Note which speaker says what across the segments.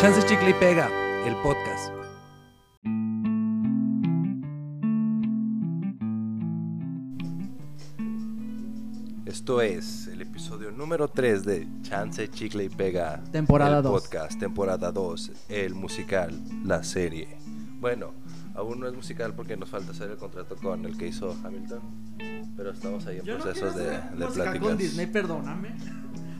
Speaker 1: Chance Chicle y Pega, el podcast. Esto es el episodio número 3 de Chance Chicle y Pega.
Speaker 2: Temporada
Speaker 1: el
Speaker 2: 2.
Speaker 1: Podcast, temporada 2, el musical, la serie. Bueno, aún no es musical porque nos falta hacer el contrato con el que hizo Hamilton. Pero estamos ahí en
Speaker 2: Yo no
Speaker 1: procesos
Speaker 2: quiero
Speaker 1: de,
Speaker 2: hacer
Speaker 1: de
Speaker 2: música
Speaker 1: pláticas.
Speaker 2: con Disney, perdóname.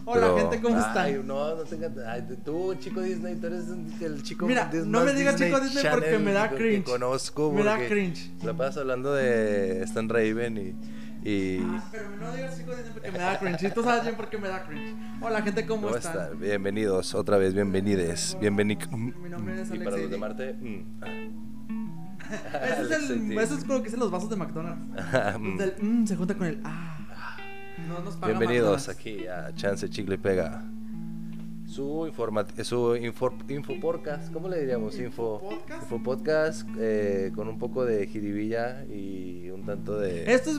Speaker 2: Hola,
Speaker 1: Pero-
Speaker 2: gente, ¿cómo
Speaker 1: Ay,
Speaker 2: están?
Speaker 1: No, no tengas. Ay, tú, chico Disney, tú eres un- el chico
Speaker 2: Mira,
Speaker 1: Dis-
Speaker 2: no
Speaker 1: más
Speaker 2: me digas chico Disney porque
Speaker 1: Channel
Speaker 2: me da
Speaker 1: que- que
Speaker 2: cringe.
Speaker 1: conozco,
Speaker 2: Me da
Speaker 1: porque
Speaker 2: cringe.
Speaker 1: La pasas hablando de Stan Raven y. y
Speaker 2: Ah, pero no digas chico Disney porque me da cringe. Y tú sabes bien por qué me da cringe. Hola, gente, ¿cómo,
Speaker 1: ¿Cómo
Speaker 2: están?
Speaker 1: están? Bienvenidos otra vez, bienvenides. Bienveni.
Speaker 2: Mi nombre es
Speaker 1: Y para los
Speaker 2: Alexei.
Speaker 1: de Marte. mm, ah.
Speaker 2: Ese es,
Speaker 1: Alexei,
Speaker 2: el,
Speaker 1: sí.
Speaker 2: ese es como que dicen los vasos de McDonald's.
Speaker 1: Mm.
Speaker 2: Del, mm, se junta con el ah. No nos paga
Speaker 1: Bienvenidos
Speaker 2: McDonald's.
Speaker 1: aquí a Chance Chicle y Pega. Su, informa su infor infoporcast, ¿cómo le diríamos? Info,
Speaker 2: ¿Infopodcast?
Speaker 1: infopodcast eh, con un poco de jiribilla y un tanto de.
Speaker 2: Esto es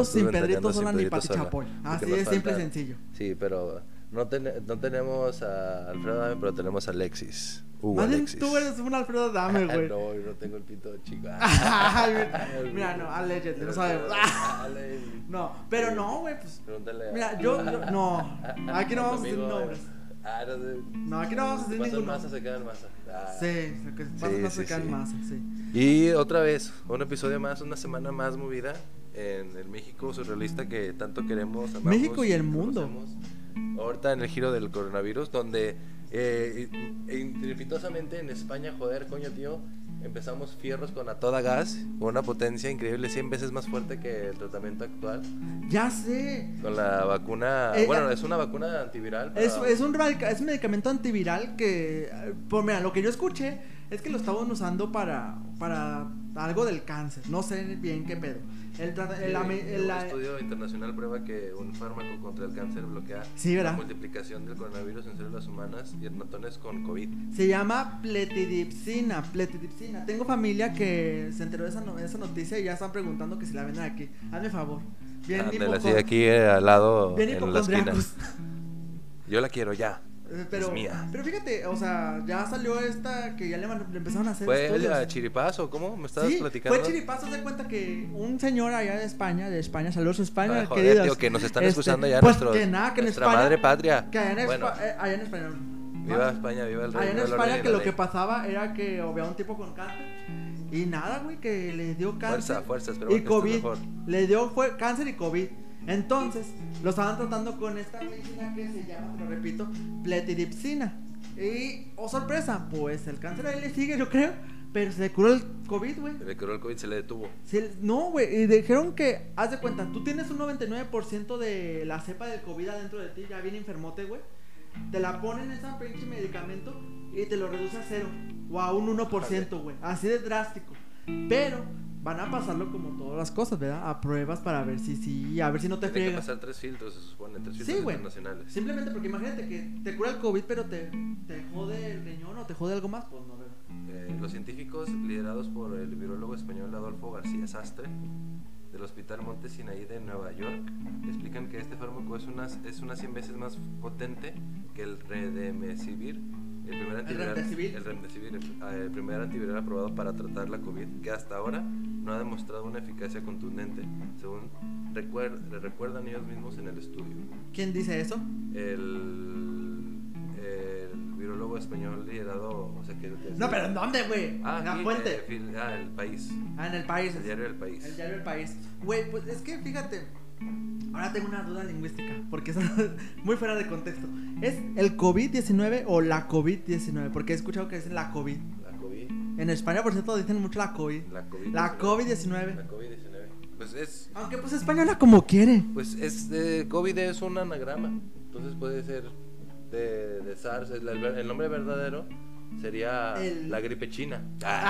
Speaker 1: sarcasmo. Esto es
Speaker 2: sin Pedrito
Speaker 1: Ventaneando sin
Speaker 2: Sola ni
Speaker 1: Pedrito
Speaker 2: Pati
Speaker 1: Sola,
Speaker 2: Chapoy.
Speaker 1: porque
Speaker 2: Así
Speaker 1: nos
Speaker 2: es, simple y
Speaker 1: falta-
Speaker 2: sencillo.
Speaker 1: Sí, pero no, ten- no tenemos a Alfredo Adame, pero tenemos a Alexis. Hugo
Speaker 2: Más bien,
Speaker 1: Alexis.
Speaker 2: tú eres un Alfredo Dame,
Speaker 1: Ah,
Speaker 2: güey.
Speaker 1: no, yo no tengo el pito de chico. Ah,
Speaker 2: Ay, mira, no, allegedly, no sabemos.
Speaker 1: Ale-
Speaker 2: No, pero no, güey, pues.
Speaker 1: Pregúntale a-
Speaker 2: Mira, yo, yo- no, aquí no
Speaker 1: a tu
Speaker 2: vamos a decir
Speaker 1: amigo, a ver.
Speaker 2: nombres.
Speaker 1: Ah, no, sé.
Speaker 2: No, aquí no vamos a decir
Speaker 1: Pasan
Speaker 2: ninguno.
Speaker 1: masa, se quedan masa. Ah.
Speaker 2: Sí, lo que pasa
Speaker 1: Sí,
Speaker 2: más
Speaker 1: sí,
Speaker 2: acá en
Speaker 1: sí.
Speaker 2: masa, sí.
Speaker 1: Y otra vez, un episodio más, una semana más movida en el México surrealista que tanto queremos. amamos,
Speaker 2: México y el mundo.
Speaker 1: conocemos. Ahorita en el giro del coronavirus, donde eh, y- e intrepidosamente en España, joder, coño, tío, empezamos fierros con a toda gas, con una potencia increíble, 100 veces más fuerte que el tratamiento actual,
Speaker 2: Ya sé.
Speaker 1: con la vacuna.
Speaker 2: Eh,
Speaker 1: bueno,
Speaker 2: eh,
Speaker 1: es una vacuna antiviral.
Speaker 2: Es,
Speaker 1: para-
Speaker 2: es, un radica- es un medicamento antiviral que, eh, pues mira, lo que yo escuché es que lo estaban usando para, para algo del cáncer. No sé bien qué pedo. El, trata- el
Speaker 1: Sí,
Speaker 2: ame- el-
Speaker 1: un
Speaker 2: la-
Speaker 1: estudio internacional prueba que un fármaco contra el cáncer bloquea
Speaker 2: Sí,
Speaker 1: la
Speaker 2: ¿verdad?
Speaker 1: multiplicación del coronavirus en células humanas y en ratones con COVID.
Speaker 2: se llama pletidipsina, pletidipsina. Tengo familia que se enteró de esa, no- de esa noticia y ya están preguntando que si la venden aquí. Hazme favor. Bien,
Speaker 1: Ándale, así
Speaker 2: hipocon-
Speaker 1: aquí eh, al lado
Speaker 2: bien
Speaker 1: en la esquina.
Speaker 2: hipocondriacos.
Speaker 1: Yo la quiero ya.
Speaker 2: Eh, Pero,
Speaker 1: Es mía.
Speaker 2: pero fíjate, o sea, ya salió esta que ya le, man- le empezaron a hacer
Speaker 1: ¿Fue el
Speaker 2: estudios.
Speaker 1: eh, chiripazo? ¿Cómo? ¿Me estabas
Speaker 2: sí,
Speaker 1: platicando?
Speaker 2: fue chiripazo, haz de cuenta que un señor allá de España, de España, saludos a España,
Speaker 1: Ah, joder,
Speaker 2: queridos.
Speaker 1: tío, que nos están
Speaker 2: Este,
Speaker 1: escuchando ya
Speaker 2: pues
Speaker 1: nuestros-
Speaker 2: que nada, que en
Speaker 1: nuestra
Speaker 2: España,
Speaker 1: madre patria.
Speaker 2: Que allá en,
Speaker 1: Bueno.
Speaker 2: Espa- eh, allá en España,
Speaker 1: Viva España, viva el rey.
Speaker 2: allá en
Speaker 1: viva el orden
Speaker 2: España
Speaker 1: y
Speaker 2: que
Speaker 1: la
Speaker 2: lo que
Speaker 1: ley.
Speaker 2: pasaba era que había un tipo con cáncer y nada, güey, que le dio cáncer
Speaker 1: Fuerza, fuerza, esperemos
Speaker 2: y
Speaker 1: que estés
Speaker 2: COVID.
Speaker 1: mejor.
Speaker 2: Le dio fue cáncer y COVID. Entonces, lo estaban tratando con esta medicina que se llama, te lo repito, pletidipsina. Y, oh sorpresa, pues el cáncer ahí le sigue, yo creo, pero se le curó el COVID, güey.
Speaker 1: Le curó el COVID, se le detuvo.
Speaker 2: Se- no, güey, y dijeron que, haz de cuenta, tú tienes un 99% de la cepa del COVID adentro de ti, ya bien enfermote, güey. Te la ponen esa pinche medicamento y te lo reduce a cero o a un 1%, güey. Así de drástico. Pero van a pasarlo como todas las cosas, ¿verdad? A pruebas para ver si sí, a ver si no te
Speaker 1: Tiene que
Speaker 2: friegas.
Speaker 1: pasar tres filtros, se supone, tres filtros
Speaker 2: Sí, güey.
Speaker 1: internacionales.
Speaker 2: Simplemente porque imagínate que te cura el COVID, pero te, te jode el riñón o te jode algo más, pues no, ¿verdad?
Speaker 1: Eh, los científicos, liderados por el virólogo español Adolfo García Sastre, del Hospital Monte Sinaí de Nueva York, explican que este fármaco es unas, es unas 100 veces más potente que el Redemesivir, el primer antiviral,
Speaker 2: Remdesivir.
Speaker 1: el Remdesivir, el- ah, el primer antiviral aprobado para tratar la COVID, que hasta ahora no ha demostrado una eficacia contundente, según recuer- recuerdan ellos mismos en el estudio.
Speaker 2: ¿Quién dice eso?
Speaker 1: El, el virólogo español liderado, o sea, que... que-
Speaker 2: No, pero ¿en dónde, güey?
Speaker 1: Ah,
Speaker 2: en la
Speaker 1: aquí,
Speaker 2: fuente.
Speaker 1: eh, fil- ah, el país.
Speaker 2: Ah, en el país.
Speaker 1: El diario del país.
Speaker 2: El diario El País. Güey, pues es que fíjate. Ahora tengo una duda lingüística, porque es muy fuera de contexto. ¿Es el COVID-19 o la COVID-19? Porque he escuchado que dicen la COVID.
Speaker 1: La COVID.
Speaker 2: En España, por cierto, dicen mucho la COVID.
Speaker 1: La COVID.
Speaker 2: La
Speaker 1: La
Speaker 2: COVID-19.
Speaker 1: COVID-19. Pues es.
Speaker 2: Aunque pues España habla como quiere.
Speaker 1: Pues es. eh, COVID es un anagrama. Entonces puede ser de, de SARS. El, el ver- el nombre verdadero sería
Speaker 2: El-
Speaker 1: la gripe china.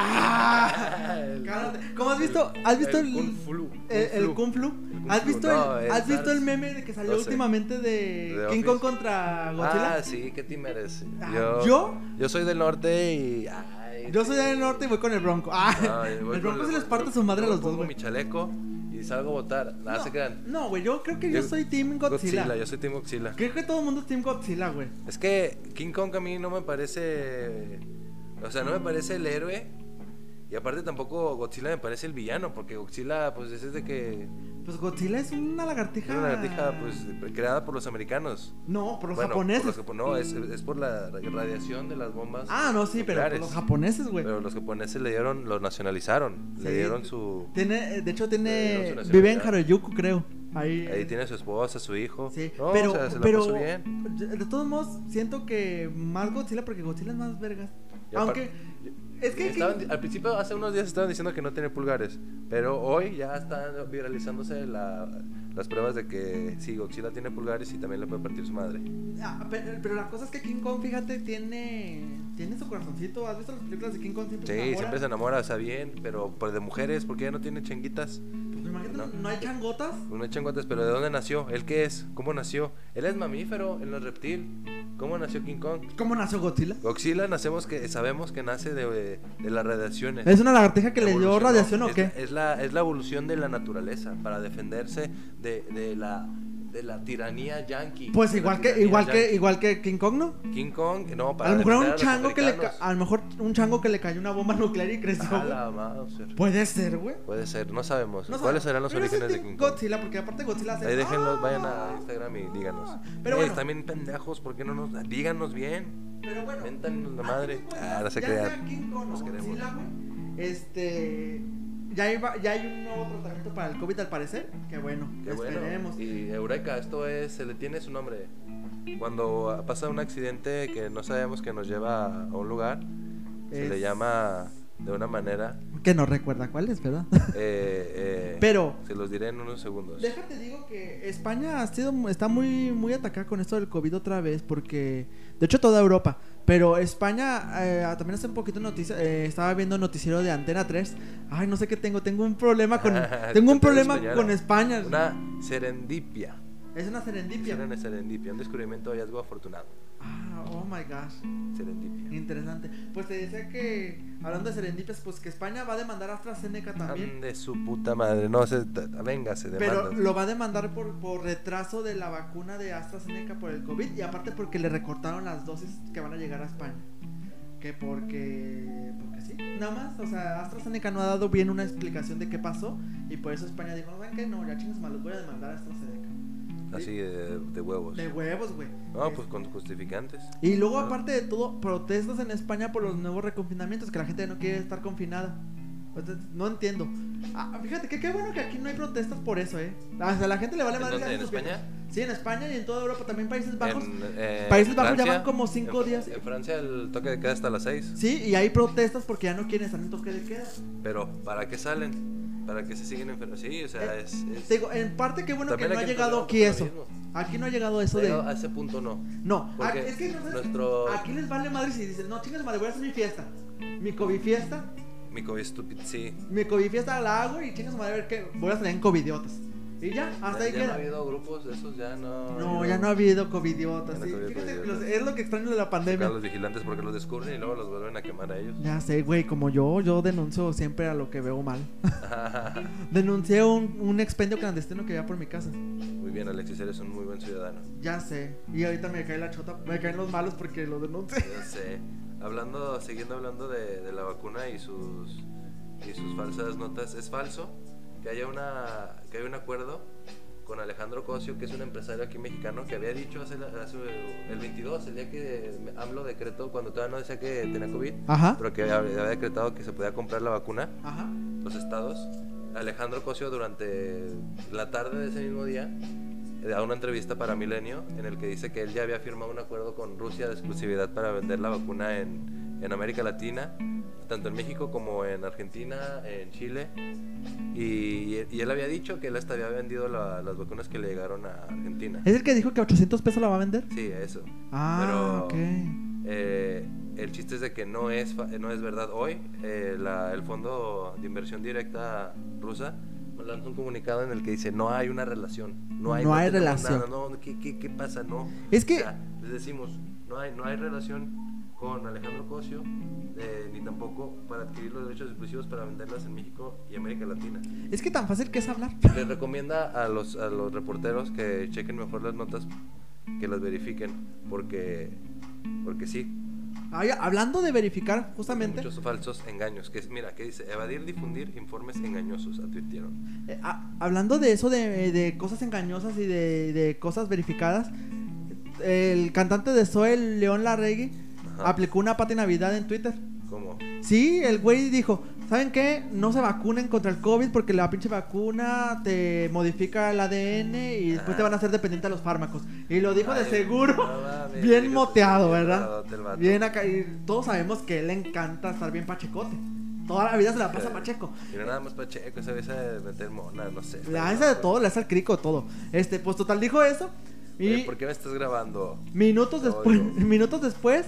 Speaker 2: Ah,
Speaker 1: El-
Speaker 2: Cállate. ¿Cómo has visto? ¿Has visto el,
Speaker 1: Kung flu?
Speaker 2: el, Eh, el Kung Flu?
Speaker 1: Kung
Speaker 2: ¿Has
Speaker 1: Flu.
Speaker 2: visto,
Speaker 1: No,
Speaker 2: el,
Speaker 1: es
Speaker 2: ¿has visto el
Speaker 1: SARS.
Speaker 2: meme de que salió
Speaker 1: No sé.
Speaker 2: últimamente de
Speaker 1: The
Speaker 2: King Kong
Speaker 1: Office.
Speaker 2: contra Godzilla?
Speaker 1: Ah, sí, ¿qué te mereces?
Speaker 2: Ah,
Speaker 1: Yo,
Speaker 2: ¿yo?
Speaker 1: yo soy del norte y. ay,
Speaker 2: Yo soy
Speaker 1: sí.
Speaker 2: del norte y voy con el Bronco. Ah,
Speaker 1: No, yo voy con
Speaker 2: el Bronco se les
Speaker 1: yo-
Speaker 2: parte su madre a
Speaker 1: yo
Speaker 2: los dos,
Speaker 1: pongo
Speaker 2: güey.
Speaker 1: mi chaleco y y salgo a votar. Nada,
Speaker 2: no,
Speaker 1: se crean.
Speaker 2: No, güey, yo creo que yo, soy Team Godzilla.
Speaker 1: Yo soy Team Godzilla.
Speaker 2: Creo que todo el mundo es Team Godzilla, güey.
Speaker 1: Es que King Kong a mí no me parece. O sea, no me parece el héroe. Y aparte tampoco Godzilla me parece el villano, porque Godzilla, pues es de que.
Speaker 2: Pues Godzilla es una lagartija.
Speaker 1: Era una lagartija pues, creada por los americanos.
Speaker 2: No, por los
Speaker 1: Bueno,
Speaker 2: japoneses.
Speaker 1: por los japo- no, es, es por la ra- radiación de las bombas.
Speaker 2: Ah, no, sí, pero por
Speaker 1: nucleares.
Speaker 2: los japoneses, güey.
Speaker 1: Pero los japoneses le dieron, lo nacionalizaron. Le
Speaker 2: Sí.
Speaker 1: dieron su.
Speaker 2: Tiene, eh, de hecho,
Speaker 1: Le
Speaker 2: tiene.
Speaker 1: dieron su
Speaker 2: Vive en
Speaker 1: nacionalidad.
Speaker 2: Harajuku, creo. Ahí,
Speaker 1: Ahí tiene a su esposa, su hijo.
Speaker 2: Sí,
Speaker 1: No,
Speaker 2: pero.
Speaker 1: o sea, se la
Speaker 2: pero
Speaker 1: pasó bien.
Speaker 2: De todos modos, siento que más Godzilla, porque Godzilla es más vergas.
Speaker 1: Y apar-
Speaker 2: Aunque. Es que.
Speaker 1: Estaban- al principio, hace unos días estaban diciendo que no tiene pulgares, pero hoy ya están viralizándose la- las pruebas de que sí, Godzilla tiene pulgares y también le puede partir su madre.
Speaker 2: Ah, pero, pero la cosa es que King Kong, fíjate, tiene. Tiene su corazoncito. ¿Has visto las películas de King Kong? Siempre
Speaker 1: Sí,
Speaker 2: se enamora?
Speaker 1: siempre se enamora, o sea, bien, pero pues de mujeres, porque ya no tiene changuitas.
Speaker 2: Pues imagínate,
Speaker 1: No.
Speaker 2: no. hay changotas.
Speaker 1: No hay changuitas, pero ¿de dónde nació? ¿Él qué es? ¿Cómo nació? Él es mamífero, él no es reptil. ¿Cómo nació King Kong?
Speaker 2: ¿Cómo nació Godzilla?
Speaker 1: Godzilla nacemos que sabemos que nace de, de las radiaciones.
Speaker 2: ¿Es una lagartija que le dio
Speaker 1: Evolucionó.
Speaker 2: radiación o
Speaker 1: Es-
Speaker 2: qué?
Speaker 1: Es la, es la evolución de la naturaleza para defenderse de, de la, de la tiranía yankee.
Speaker 2: Pues
Speaker 1: de la
Speaker 2: igual que,
Speaker 1: tiranía
Speaker 2: igual que,
Speaker 1: yankee.
Speaker 2: igual que King Kong, ¿no?
Speaker 1: King Kong, no, para
Speaker 2: A lo mejor
Speaker 1: defender
Speaker 2: un
Speaker 1: los
Speaker 2: chango que le ca-
Speaker 1: americanos.
Speaker 2: a lo mejor un chango que le cayó una bomba nuclear y creció.
Speaker 1: A
Speaker 2: güey.
Speaker 1: la Mauser.
Speaker 2: Puede ser, güey.
Speaker 1: Puede ser, no sabemos.
Speaker 2: No
Speaker 1: ¿Cuáles
Speaker 2: sabemos.
Speaker 1: serán los
Speaker 2: Pero yo soy
Speaker 1: orígenes de
Speaker 2: team
Speaker 1: King Kong?
Speaker 2: Godzilla, porque aparte Godzilla hace.
Speaker 1: Ahí déjenlos,
Speaker 2: ¡Ah!
Speaker 1: vayan a Instagram y díganos.
Speaker 2: Pero
Speaker 1: Pero
Speaker 2: bueno.
Speaker 1: también pendejos, ¿por qué no nos díganos bien?
Speaker 2: Pero bueno.
Speaker 1: Méntanos la
Speaker 2: a
Speaker 1: madre.
Speaker 2: fin de cuentas,
Speaker 1: Ah, no se
Speaker 2: ya
Speaker 1: crean.
Speaker 2: sea King Kong o
Speaker 1: Los queremos.
Speaker 2: Godzilla, güey, Este. Ya, iba- ya hay un nuevo tratamiento para el COVID al parecer. Qué bueno.
Speaker 1: Qué
Speaker 2: esperemos.
Speaker 1: bueno. Y Eureka, esto es, se le tiene su nombre. Cuando ah, pasa un accidente que no sabemos que nos lleva a un lugar, se le
Speaker 2: Es-
Speaker 1: llama de una manera.
Speaker 2: Que no recuerda cuál es, ¿verdad?
Speaker 1: eh, eh,
Speaker 2: Pero-
Speaker 1: Se los diré en unos segundos.
Speaker 2: Déjate digo que España ha sido, está muy, muy atacada con esto del COVID otra vez, porque de hecho toda Europa, pero España eh, también hace un poquito noticia, eh, estaba viendo noticiero de Antena 3. Ay, no sé qué tengo, tengo un problema con, tengo un
Speaker 1: Te
Speaker 2: problema
Speaker 1: española.
Speaker 2: con España.
Speaker 1: Una serendipia.
Speaker 2: Es una serendipia.
Speaker 1: Hicieron una serendipia, un descubrimiento de hallazgo afortunado.
Speaker 2: Ah, oh my gosh.
Speaker 1: Serendipia.
Speaker 2: Interesante. Pues te decía que, hablando de serendipias, pues que España va a demandar a AstraZeneca también.
Speaker 1: De su puta madre, no se. Venga, se
Speaker 2: Pero
Speaker 1: demanda.
Speaker 2: lo va a demandar por, por retraso de la vacuna de AstraZeneca por el COVID y aparte porque le recortaron las dosis que van a llegar a España. Que porque... Porque sí. Nada más, o sea, AstraZeneca no ha dado bien una explicación de qué pasó y por eso España dijo, ¿saben qué? No, ya chingas malos, voy a demandar a AstraZeneca.
Speaker 1: Así de, de huevos.
Speaker 2: De huevos, güey.
Speaker 1: Pues No,
Speaker 2: Es-
Speaker 1: pues con justificantes.
Speaker 2: Y luego
Speaker 1: Claro.
Speaker 2: aparte de todo, protestas en España por los nuevos reconfinamientos, que la gente no quiere estar confinada. O sea, No entiendo. Ah, fíjate que qué bueno que aquí no hay protestas por eso, ¿eh? O sea, la gente le vale
Speaker 1: ¿En
Speaker 2: más
Speaker 1: dónde? ¿En España?
Speaker 2: Sí, en España y en toda Europa, también Países Bajos.
Speaker 1: En, eh,
Speaker 2: Países Bajos ya van como cinco
Speaker 1: en-
Speaker 2: días.
Speaker 1: En Francia el toque de queda hasta las 6.
Speaker 2: Sí, y hay protestas porque ya no quieren estar en toque de queda.
Speaker 1: Pero ¿para qué salen? ¿Para qué se siguen enfermos? Sí, o sea,
Speaker 2: Eh,
Speaker 1: es. es-
Speaker 2: Te digo, en parte qué bueno que
Speaker 1: También
Speaker 2: no ha
Speaker 1: hay que
Speaker 2: llegado aquí
Speaker 1: empezar
Speaker 2: eso.
Speaker 1: con lo mismo.
Speaker 2: Aquí no ha llegado eso
Speaker 1: Pero
Speaker 2: de...
Speaker 1: a ese punto no.
Speaker 2: No,
Speaker 1: porque
Speaker 2: aquí- es que no sabes qué?
Speaker 1: nuestro-
Speaker 2: aquí les vale madre si dicen, no, chingas madre, voy a hacer mi fiesta. Mi COVID fiesta,
Speaker 1: Mi COVID stupid, sí.
Speaker 2: mi COVID fiesta la hago y chingas madre, a ver qué, voy a salir en covidiotas. Y ya, hasta
Speaker 1: Ya-
Speaker 2: ahí
Speaker 1: ya no ha
Speaker 2: queda.
Speaker 1: habido grupos de esos, ya no.
Speaker 2: No, ya no ha habido
Speaker 1: Ya
Speaker 2: covidiotas.
Speaker 1: no
Speaker 2: sí.
Speaker 1: ha habido
Speaker 2: Fíjate,
Speaker 1: covidiotas.
Speaker 2: los- es lo que extraño de la
Speaker 1: Sacar
Speaker 2: pandemia.
Speaker 1: a los vigilantes porque los descubren y luego los vuelven a quemar a ellos.
Speaker 2: Ya sé, güey, como yo, yo denuncio siempre a lo que veo mal. Denuncié un, un expendio clandestino que había por mi casa.
Speaker 1: Muy bien, Alexis, eres un muy buen ciudadano.
Speaker 2: Ya sé. Y ahorita me cae la chota, me caen los malos porque lo denuncié.
Speaker 1: Ya sé. Hablando, siguiendo hablando de, de la vacuna y sus y sus falsas notas, es falso que haya una que haya un acuerdo con Alejandro Cosio, que es un empresario aquí mexicano que había dicho hace, la- hace- el 22, el día que AMLO decretó cuando todavía no decía que tenía COVID,
Speaker 2: Ajá.
Speaker 1: pero que había, había decretado que se podía comprar la vacuna
Speaker 2: Ajá.
Speaker 1: los estados. Alejandro Cosio durante la tarde de ese mismo día eh, da una entrevista para Milenio en el que dice que él ya había firmado un acuerdo con Rusia de exclusividad para vender la vacuna en, en América Latina, tanto en México como en Argentina, en Chile. Y, y él había dicho que él hasta había vendido la- las vacunas que le llegaron a Argentina.
Speaker 2: ¿Es el que dijo que a 800 pesos la va a vender?
Speaker 1: Sí, eso.
Speaker 2: ¿Eh? Ah,
Speaker 1: Pero-
Speaker 2: ok.
Speaker 1: Eh, el chiste es de que no es, fa- no es verdad. Hoy eh, la- el Fondo de Inversión Directa rusa lanzó un comunicado en el que dice no hay una relación. No hay,
Speaker 2: No hay
Speaker 1: tenemos
Speaker 2: relación.
Speaker 1: nada, no, ¿qué, qué, qué pasa? No.
Speaker 2: Es
Speaker 1: O
Speaker 2: que,
Speaker 1: sea, les decimos, no hay, no hay relación. con Alejandro Cosio, eh, ni tampoco para adquirir los derechos exclusivos para venderlas en México y América Latina.
Speaker 2: Es que tan fácil que es hablar.
Speaker 1: Les recomienda a los, a los reporteros que chequen mejor las notas, que las verifiquen, porque, porque sí,
Speaker 2: Ay, hablando de verificar, justamente.
Speaker 1: muchos falsos engaños. Que es, mira, que dice, evadir, difundir informes engañosos, advirtieron.
Speaker 2: Eh, a- hablando de eso, de, de cosas engañosas y de, de cosas verificadas, el cantante de Zoe, León Larregui,
Speaker 1: Ajá.
Speaker 2: aplicó una pata de Navidad en Twitter.
Speaker 1: ¿Cómo?
Speaker 2: Sí, el güey dijo, ¿saben qué? No se vacunen contra el COVID porque la pinche vacuna te modifica el ADN y después
Speaker 1: Ah.
Speaker 2: te van a hacer dependiente a los fármacos. Y lo dijo de
Speaker 1: Ay,
Speaker 2: seguro,
Speaker 1: no mames,
Speaker 2: bien
Speaker 1: fíjate,
Speaker 2: moteado,
Speaker 1: sí,
Speaker 2: ¿verdad?
Speaker 1: radote el vato.
Speaker 2: Bien acá, y todos sabemos que le encanta estar bien pachecote. Toda la vida se la pasa
Speaker 1: Eh,
Speaker 2: pacheco.
Speaker 1: Mira, nada más Pacheco, esa vez de meter mona, no sé.
Speaker 2: La
Speaker 1: Pero
Speaker 2: hace
Speaker 1: no,
Speaker 2: Ah, de todo, le hace el crico de todo. Este, pues total dijo eso. Y
Speaker 1: Eh, ¿Por qué me estás grabando?
Speaker 2: minutos
Speaker 1: Te
Speaker 2: después,
Speaker 1: odio.
Speaker 2: minutos después,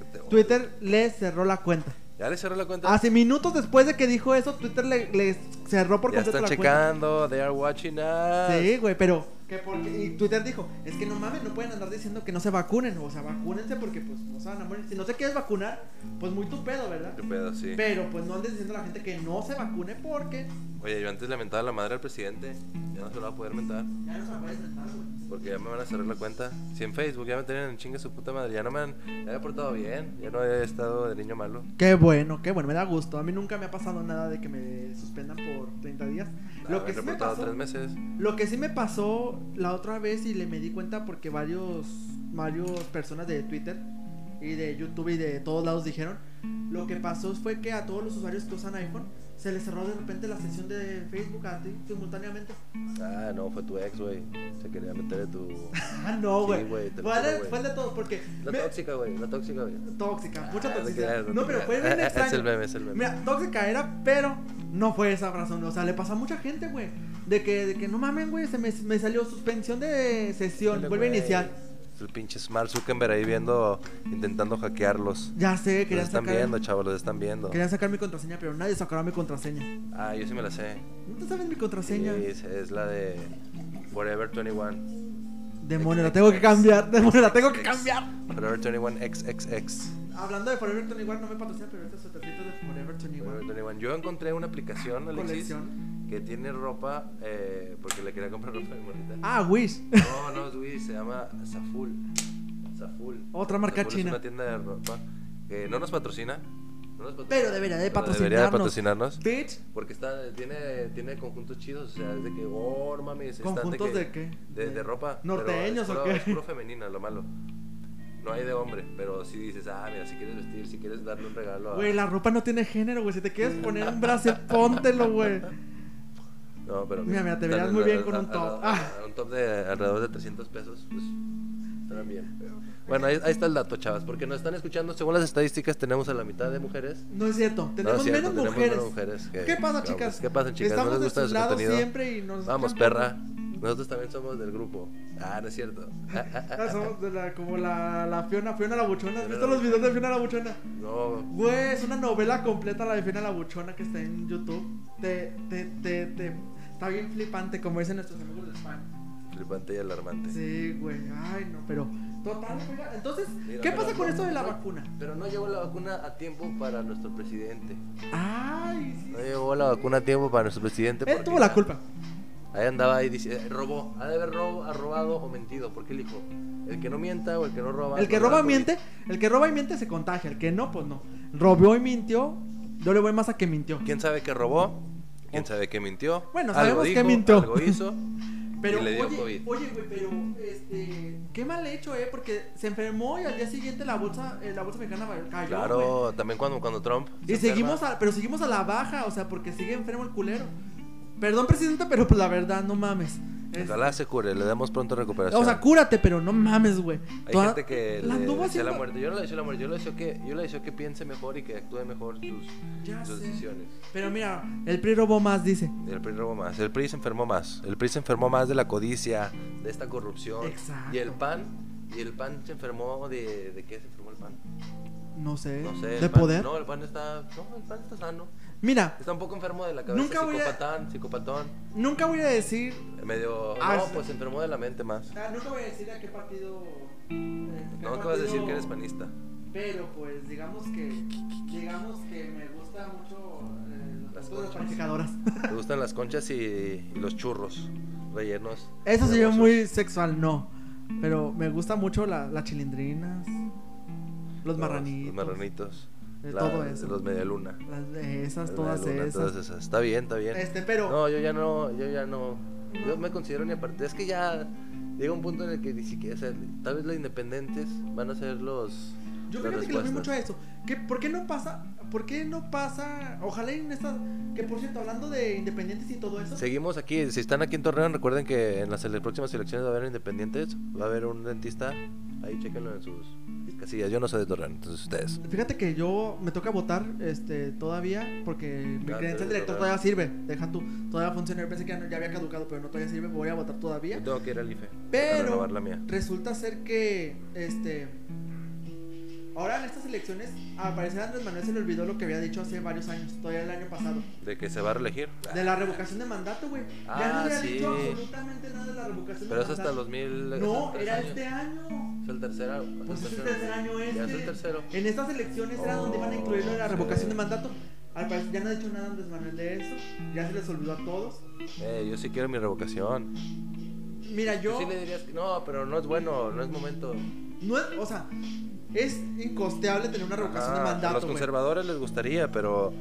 Speaker 1: Que te odio.
Speaker 2: Twitter Ah, le cerró la cuenta.
Speaker 1: Ya le cerró la cuenta.
Speaker 2: Hace minutos después de que dijo eso, Twitter le, le cerró por
Speaker 1: ya
Speaker 2: completo
Speaker 1: están
Speaker 2: la cuenta.
Speaker 1: checando, they are watching us.
Speaker 2: Sí, güey, pero que porque y Twitter dijo, es que no mames, no pueden andar diciendo que no se vacunen, o sea, vacúnense porque pues no se van a morir. Si no te quieres vacunar, pues muy tu pedo, ¿verdad?
Speaker 1: Tu pedo, sí.
Speaker 2: Pero pues no andes diciendo a la gente que no se vacune porque
Speaker 1: Oye, yo antes le mentaba la madre al presidente. Ya no se lo va a poder mentar.
Speaker 2: ya no se la puedes rentar, güey.
Speaker 1: Porque ya me van a cerrar la cuenta. Si en Facebook ya me tenían en chinga su puta madre. Ya no me han. Ya me he portado bien. Ya no he estado de niño malo.
Speaker 2: Qué bueno, qué bueno, me da gusto. A mí nunca me ha pasado nada de que me suspendan por 30 días. Lo
Speaker 1: Ah,
Speaker 2: que
Speaker 1: he
Speaker 2: sí me
Speaker 1: reportado
Speaker 2: pasó,
Speaker 1: tres meses.
Speaker 2: Lo que sí me pasó la otra vez y le me di cuenta porque varios, varios personas de Twitter y de YouTube y de todos lados dijeron, lo que pasó fue que a todos los usuarios que usan iPhone se les cerró de repente la sesión de Facebook a ti simultáneamente.
Speaker 1: Ah, no, fue tu ex, güey. Se quería meter de tu.
Speaker 2: Ah, no,
Speaker 1: Sí,
Speaker 2: güey.
Speaker 1: güey, te lo
Speaker 2: fue,
Speaker 1: juro,
Speaker 2: de-
Speaker 1: güey.
Speaker 2: fue de todo porque...
Speaker 1: La
Speaker 2: me-
Speaker 1: tóxica, güey. La tóxica, güey.
Speaker 2: tóxica, mucha
Speaker 1: Ah, no te
Speaker 2: toxicidad.
Speaker 1: creas,
Speaker 2: No,
Speaker 1: no te
Speaker 2: pero fue
Speaker 1: creas.
Speaker 2: bien extraño.
Speaker 1: Es el meme, es el meme.
Speaker 2: Mira, tóxica era, pero no fue esa razón. O sea, le pasó a mucha gente, güey. De que, de que no mamen, güey, se me, me salió suspensión de sesión.
Speaker 1: Dale,
Speaker 2: Vuelve a
Speaker 1: güey.
Speaker 2: iniciar.
Speaker 1: El pinche Smart Zuckerberg ahí viendo, intentando hackearlos.
Speaker 2: Ya sé,
Speaker 1: Los
Speaker 2: quería
Speaker 1: están
Speaker 2: sacar,
Speaker 1: viendo, chavos, los están viendo.
Speaker 2: quería sacar mi contraseña, pero nadie sacará mi contraseña.
Speaker 1: Ah, yo sí me la sé.
Speaker 2: ¿No te sabes mi contraseña?
Speaker 1: Sí, es, es la de Forever 21.
Speaker 2: Demonio, la tengo que cambiar. Demonio, la tengo que cambiar.
Speaker 1: Forever 21 XXX.
Speaker 2: Hablando de Forever 21, no me patrocina, pero este estos suétercitos de Forever 21.
Speaker 1: Forever 21. Yo encontré una aplicación, Alexis,
Speaker 2: Colección.
Speaker 1: que tiene ropa, eh, porque le quería comprar ropa a mi morrita.
Speaker 2: Ah, Wish.
Speaker 1: No, no, es Wii, se llama Zaful. Zaful.
Speaker 2: Otra marca
Speaker 1: Zaful
Speaker 2: china.
Speaker 1: Es una tienda de ropa que no nos patrocina. no nos patrocina,
Speaker 2: Pero debería de
Speaker 1: pero Debería de
Speaker 2: patrocinarnos.
Speaker 1: patrocinarnos.
Speaker 2: Bitch.
Speaker 1: Porque está, tiene, tiene conjuntos chidos, o sea, es de que, oh, no mames, están
Speaker 2: ¿Conjuntos
Speaker 1: que-
Speaker 2: de qué?
Speaker 1: De, de ropa. pero
Speaker 2: ¿Norteños
Speaker 1: es
Speaker 2: o
Speaker 1: puro-
Speaker 2: qué?
Speaker 1: Es puro femenina, lo malo. No hay de hombre, pero si dices, ah, mira, si quieres vestir, si quieres darle un regalo a...
Speaker 2: Güey, la ropa no tiene género, güey. Si te quieres poner un brazo, póntelo, güey.
Speaker 1: No, pero...
Speaker 2: Mira, mira,
Speaker 1: tal
Speaker 2: te verías
Speaker 1: vez
Speaker 2: muy bien
Speaker 1: a-
Speaker 2: con
Speaker 1: a-
Speaker 2: un
Speaker 1: a-
Speaker 2: top.
Speaker 1: a-
Speaker 2: Ah.
Speaker 1: a un top de alrededor de 300 pesos, pues, estará bien. Bueno, ahí, ahí está el dato, chavas, porque nos están escuchando, según las estadísticas, tenemos a la mitad de mujeres.
Speaker 2: No es cierto,
Speaker 1: No
Speaker 2: tenemos
Speaker 1: es cierto,
Speaker 2: menos
Speaker 1: tenemos
Speaker 2: mujeres.
Speaker 1: menos mujeres que-
Speaker 2: ¿Qué pasa,
Speaker 1: que
Speaker 2: chicas?
Speaker 1: hombres. ¿Qué pasa, chicas? ¿No
Speaker 2: Estamos
Speaker 1: les
Speaker 2: de
Speaker 1: gusta
Speaker 2: sus
Speaker 1: su
Speaker 2: lados
Speaker 1: contenido?
Speaker 2: siempre y nos
Speaker 1: Vamos,
Speaker 2: cambian.
Speaker 1: perra. Nosotros también somos del grupo. Ah, no es cierto. Ah, ah, ah.
Speaker 2: Ah, somos de la- como la, la Fiona, Fiona la Buchona. ¿Has
Speaker 1: Fiona
Speaker 2: visto
Speaker 1: la
Speaker 2: los videos de Fiona la Buchona?
Speaker 1: No,
Speaker 2: Güey, es una novela completa la de Fiona la Buchona que está en YouTube. Te, te, te, te- Está bien flipante, como dicen nuestros amigos de España.
Speaker 1: flipante y alarmante.
Speaker 2: Sí, güey, ay, no, pero. Total, oiga, Entonces,
Speaker 1: Mira,
Speaker 2: ¿qué
Speaker 1: pero
Speaker 2: pasa con
Speaker 1: no,
Speaker 2: esto de la
Speaker 1: no.
Speaker 2: vacuna?
Speaker 1: Pero no llegó la vacuna a tiempo para nuestro presidente.
Speaker 2: Ay, sí.
Speaker 1: No llegó la vacuna a tiempo para nuestro presidente.
Speaker 2: Él
Speaker 1: porque
Speaker 2: tuvo la
Speaker 1: ya-
Speaker 2: culpa.
Speaker 1: Ahí andaba ahí dice, eh, robó. Ha de haber robo, ha robado o mentido. Porque él dijo, el que no mienta o el que no roba.
Speaker 2: El que
Speaker 1: no le da
Speaker 2: roba
Speaker 1: COVID.
Speaker 2: miente, el que roba y miente se contagia, el que no, pues no. Robó y mintió, yo le voy más a que mintió.
Speaker 1: ¿Quién sabe que robó? ¿Quién sabe que mintió?
Speaker 2: Bueno,
Speaker 1: Algo
Speaker 2: sabemos que
Speaker 1: dijo,
Speaker 2: mintió.
Speaker 1: Algo hizo.
Speaker 2: Pero,
Speaker 1: y le dio
Speaker 2: oye,
Speaker 1: COVID.
Speaker 2: oye, güey, pero, este, qué mal hecho, eh, porque se enfermó y al día siguiente la bolsa, eh, la bolsa mexicana va- cayó, güey.
Speaker 1: Claro, también cuando, cuando Trump. se
Speaker 2: Y
Speaker 1: enferma.
Speaker 2: seguimos, a- pero seguimos a la baja, o sea, porque sigue enfermo el culero. Perdón, presidente, pero pues la verdad, no mames. Es-
Speaker 1: Ojalá se cure, le damos pronto recuperación.
Speaker 2: o sea, cúrate, pero no mames, güey.
Speaker 1: Hay
Speaker 2: Toda-
Speaker 1: gente que
Speaker 2: la
Speaker 1: le
Speaker 2: anduvo
Speaker 1: desea
Speaker 2: haciendo-
Speaker 1: la muerte. Yo no le deseo la muerte, yo le deseo que, yo le deseo que piense mejor y que actúe mejor sus,
Speaker 2: Ya
Speaker 1: sus
Speaker 2: sé.
Speaker 1: decisiones.
Speaker 2: Pero mira, el PRI robó más, dice.
Speaker 1: El PRI robó más, el PRI se enfermó más, el PRI se enfermó más de la codicia, de esta corrupción.
Speaker 2: Exacto.
Speaker 1: Y el PAN, y el PAN se enfermó de, ¿de qué se enfermó el PAN?
Speaker 2: No sé,
Speaker 1: No sé. el
Speaker 2: de
Speaker 1: PAN-
Speaker 2: poder.
Speaker 1: No, el PAN está, no, el PAN está sano.
Speaker 2: Mira,
Speaker 1: Está un poco enfermo de la cabeza,
Speaker 2: Nunca voy a-
Speaker 1: psicopatán, psicopatón.
Speaker 2: nunca voy a decir.
Speaker 1: Medio,
Speaker 2: Ah,
Speaker 1: no,
Speaker 2: sí.
Speaker 1: pues se enfermó de la mente más.
Speaker 2: nunca voy a decir a qué partido.
Speaker 1: No acabas de decir que eres panista.
Speaker 2: Pero pues digamos que digamos que me gusta mucho eh,
Speaker 1: Las
Speaker 2: las cosas
Speaker 1: conchas.
Speaker 2: panificadoras.
Speaker 1: Te gustan las conchas y, y los churros rellenos.
Speaker 2: Eso
Speaker 1: de
Speaker 2: sería
Speaker 1: huesos.
Speaker 2: muy sexual, no. Pero me gusta mucho la- las chilindrinas, los marranitos,
Speaker 1: Los marranitos.
Speaker 2: de
Speaker 1: la-
Speaker 2: todo eso.
Speaker 1: Los medialuna.
Speaker 2: Las de esas,
Speaker 1: Las
Speaker 2: todas
Speaker 1: medialunas,
Speaker 2: esas.
Speaker 1: todas esas. Está bien, está bien.
Speaker 2: Este, pero
Speaker 1: No, yo ya no, yo ya no. Yo me considero ni aparte. Es que ya llega un punto en el que ni siquiera, o sea, tal vez los independientes van a ser los.
Speaker 2: yo
Speaker 1: las
Speaker 2: fíjate que le fui
Speaker 1: respuestas.
Speaker 2: mucho a eso. ¿Qué, ¿Por qué no pasa? ¿Por qué no pasa? Ojalá en estas. Que por cierto, hablando de independientes y todo eso.
Speaker 1: Seguimos aquí. Si están aquí en Torreón, recuerden que en las ele- próximas elecciones va a haber independientes. Va a haber un dentista. Ahí chequenlo en sus casillas. Yo no soy de Torreón, entonces ustedes.
Speaker 2: Fíjate que yo me toca votar este, todavía porque mi
Speaker 1: Ah,
Speaker 2: credencial
Speaker 1: entonces,
Speaker 2: director
Speaker 1: ¿verdad?
Speaker 2: todavía sirve. Deja tú, todavía funciona. Yo pensé que ya, no- ya había caducado, pero no todavía sirve. Voy a votar todavía.
Speaker 1: Yo tengo que ir al IFE.
Speaker 2: Pero-
Speaker 1: Para renovar la mía.
Speaker 2: Resulta ser que este ahora en estas elecciones al parecer Andrés Manuel se le olvidó lo que había dicho hace varios años, todavía el año pasado,
Speaker 1: De que se va a reelegir.
Speaker 2: de la revocación de mandato, güey. ya no
Speaker 1: Ah,
Speaker 2: había
Speaker 1: sí.
Speaker 2: dicho absolutamente nada de la revocación
Speaker 1: Pero
Speaker 2: de
Speaker 1: es hasta
Speaker 2: mandato.
Speaker 1: los mil.
Speaker 2: No,
Speaker 1: tres
Speaker 2: era
Speaker 1: años.
Speaker 2: este año.
Speaker 1: Es el tercer año.
Speaker 2: Pues es el
Speaker 1: tercero.
Speaker 2: tercer año
Speaker 1: Ya es
Speaker 2: este.
Speaker 1: el tercero.
Speaker 2: En estas elecciones era donde iban a incluir lo de la
Speaker 1: Oh,
Speaker 2: revocación
Speaker 1: sí.
Speaker 2: de mandato. Al parecer ya no ha dicho nada Andrés Manuel de eso, ya se les olvidó a todos.
Speaker 1: Eh, yo sí quiero mi revocación.
Speaker 2: Mira, yo
Speaker 1: Pues, Sí le dirías que no, pero no es bueno, no es momento.
Speaker 2: no es, o sea, es incosteable tener una revocación de
Speaker 1: Ajá,
Speaker 2: mandato.
Speaker 1: a los
Speaker 2: güey.
Speaker 1: conservadores les gustaría, pero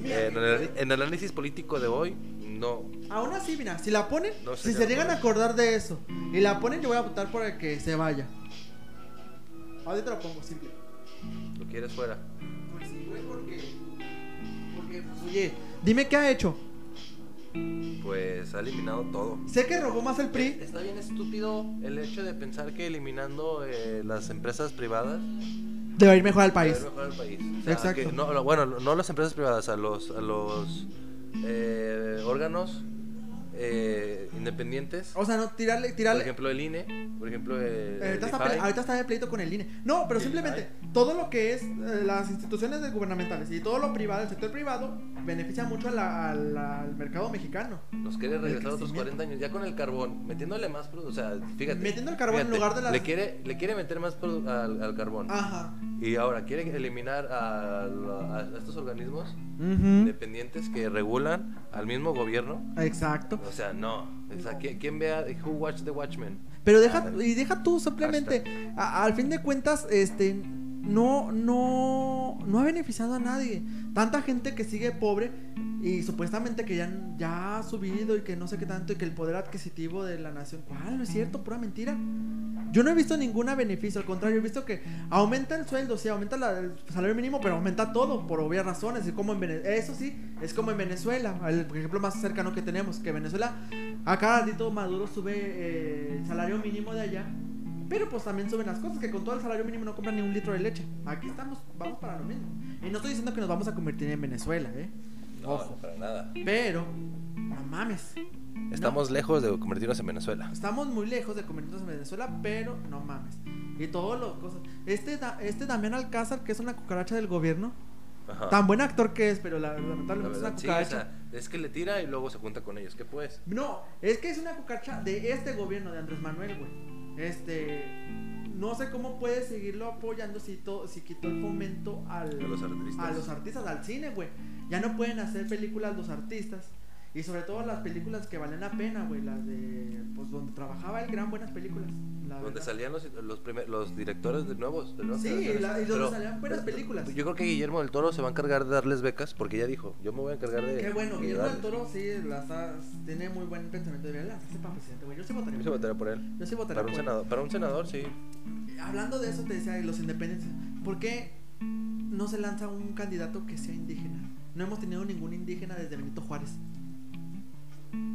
Speaker 2: Mira,
Speaker 1: eh, en, el, en el análisis político de hoy, no.
Speaker 2: Aún así, mira, si la ponen,
Speaker 1: No sé,
Speaker 2: si
Speaker 1: ya
Speaker 2: se
Speaker 1: no
Speaker 2: llegan a
Speaker 1: puedo.
Speaker 2: acordar de eso y la ponen, yo voy a votar por el que se vaya. Ahorita lo pongo simple.
Speaker 1: Lo quieres fuera.
Speaker 2: Pues sí, güey, porque. Porque, pues, oye, dime qué ha hecho.
Speaker 1: Pues ha eliminado todo.
Speaker 2: Sé que robó más el
Speaker 1: Eh,
Speaker 2: PRI.
Speaker 1: Está bien estúpido el hecho de pensar que eliminando eh, las empresas privadas
Speaker 2: Debe ir mejor al
Speaker 1: va a
Speaker 2: país.
Speaker 1: mejorar el país. O
Speaker 2: Exacto.
Speaker 1: que no, no, bueno, no las empresas privadas, a los, a los eh, órganos eh, independientes.
Speaker 2: O sea, no, tirarle.
Speaker 1: Por
Speaker 2: tirarle
Speaker 1: ejemplo, el INE. Por ejemplo, el,
Speaker 2: Eh,
Speaker 1: el
Speaker 2: ahorita, está pele-
Speaker 1: IFAI.
Speaker 2: ahorita está de pleito con el INE. No, pero
Speaker 1: El
Speaker 2: simplemente todo lo que es eh, las instituciones de- gubernamentales y todo lo privado, el sector privado, beneficia mucho a la- a la- al mercado mexicano.
Speaker 1: Nos quiere regresar otros
Speaker 2: crecimiento.
Speaker 1: 40 años, ya con el carbón, metiéndole más produ- O sea, fíjate.
Speaker 2: Metiendo el carbón en lugar de Ah. las-
Speaker 1: Le quiere, le quiere meter más produ- al, al carbón.
Speaker 2: Ajá.
Speaker 1: Y ahora quiere eliminar a, la- a estos organismos
Speaker 2: Ujú.
Speaker 1: independientes que regulan al mismo gobierno.
Speaker 2: Exacto.
Speaker 1: O sea, no. O sea, ¿qui- ¿quién vea Who Watch the Watchmen?
Speaker 2: Pero deja
Speaker 1: Ándale.
Speaker 2: y deja tú simplemente a- al fin de cuentas este no no no ha beneficiado a nadie. Tanta gente que sigue pobre y supuestamente que ya, ya ha subido y que no sé qué tanto y que el poder adquisitivo de la nación, ¿cuál? No es cierto, pura mentira. Yo no he visto ningún beneficio, al contrario, he visto que aumenta el sueldo, sí, aumenta la- el salario mínimo, pero aumenta todo por obvias razones. Y como en Vene- eso sí, es como en Venezuela, el ejemplo más cercano que tenemos, que Venezuela, a cada ratito Maduro sube eh, el salario mínimo de allá, pero pues también suben las cosas, que con todo el salario mínimo no compran ni un litro de leche. Aquí estamos, vamos para lo mismo. Y no estoy diciendo que nos vamos a convertir en Venezuela, ¿eh? Ojo.
Speaker 1: para nada.
Speaker 2: Pero, no mames.
Speaker 1: Estamos lejos de convertirnos en Venezuela.
Speaker 2: Estamos muy lejos de convertirnos en Venezuela, pero no mames. Y todo lo cosas. Este, da- este Damián Alcázar, que es una cucaracha del gobierno,
Speaker 1: Ajá.
Speaker 2: tan buen actor que es, pero la,
Speaker 1: Ah. La
Speaker 2: lamentablemente es
Speaker 1: verdad,
Speaker 2: una
Speaker 1: sí, o
Speaker 2: cucaracha.
Speaker 1: sea, es que le tira y luego se junta con ellos. ¿Qué pues?
Speaker 2: No, es que es una cucaracha de este gobierno de Andrés Manuel, güey. Este. No sé cómo puede seguirlo apoyando si, to- si quitó el fomento al,
Speaker 1: A los artistas.
Speaker 2: a los artistas, al cine, güey. Ya no pueden hacer películas los artistas. Y sobre todo las películas que valen la pena, güey. Las de. Pues donde trabajaba el gran buenas películas. la
Speaker 1: Donde
Speaker 2: verdad.
Speaker 1: salían los, los, primer- los directores de nuevos. De nuevas
Speaker 2: Sí,
Speaker 1: generaciones.
Speaker 2: la- y donde
Speaker 1: Pero
Speaker 2: salían buenas películas.
Speaker 1: Yo creo que Guillermo del Toro se va a encargar de darles becas porque ya dijo, yo me voy a encargar de...
Speaker 2: Qué bueno,
Speaker 1: de
Speaker 2: Guillermo del
Speaker 1: darles.
Speaker 2: Toro sí las ha- tiene muy buen pensamiento de verdad. Se hace para presidente, güey. Yo sí votaría.
Speaker 1: Yo se
Speaker 2: por él.
Speaker 1: votaré por él.
Speaker 2: Yo sí
Speaker 1: Para
Speaker 2: votaría.
Speaker 1: un,
Speaker 2: por él.
Speaker 1: senador, para un senador, sí.
Speaker 2: Hablando de eso, te decía de los independientes. ¿Por qué no se lanza un candidato que sea indígena? No hemos tenido ningún indígena desde Benito Juárez.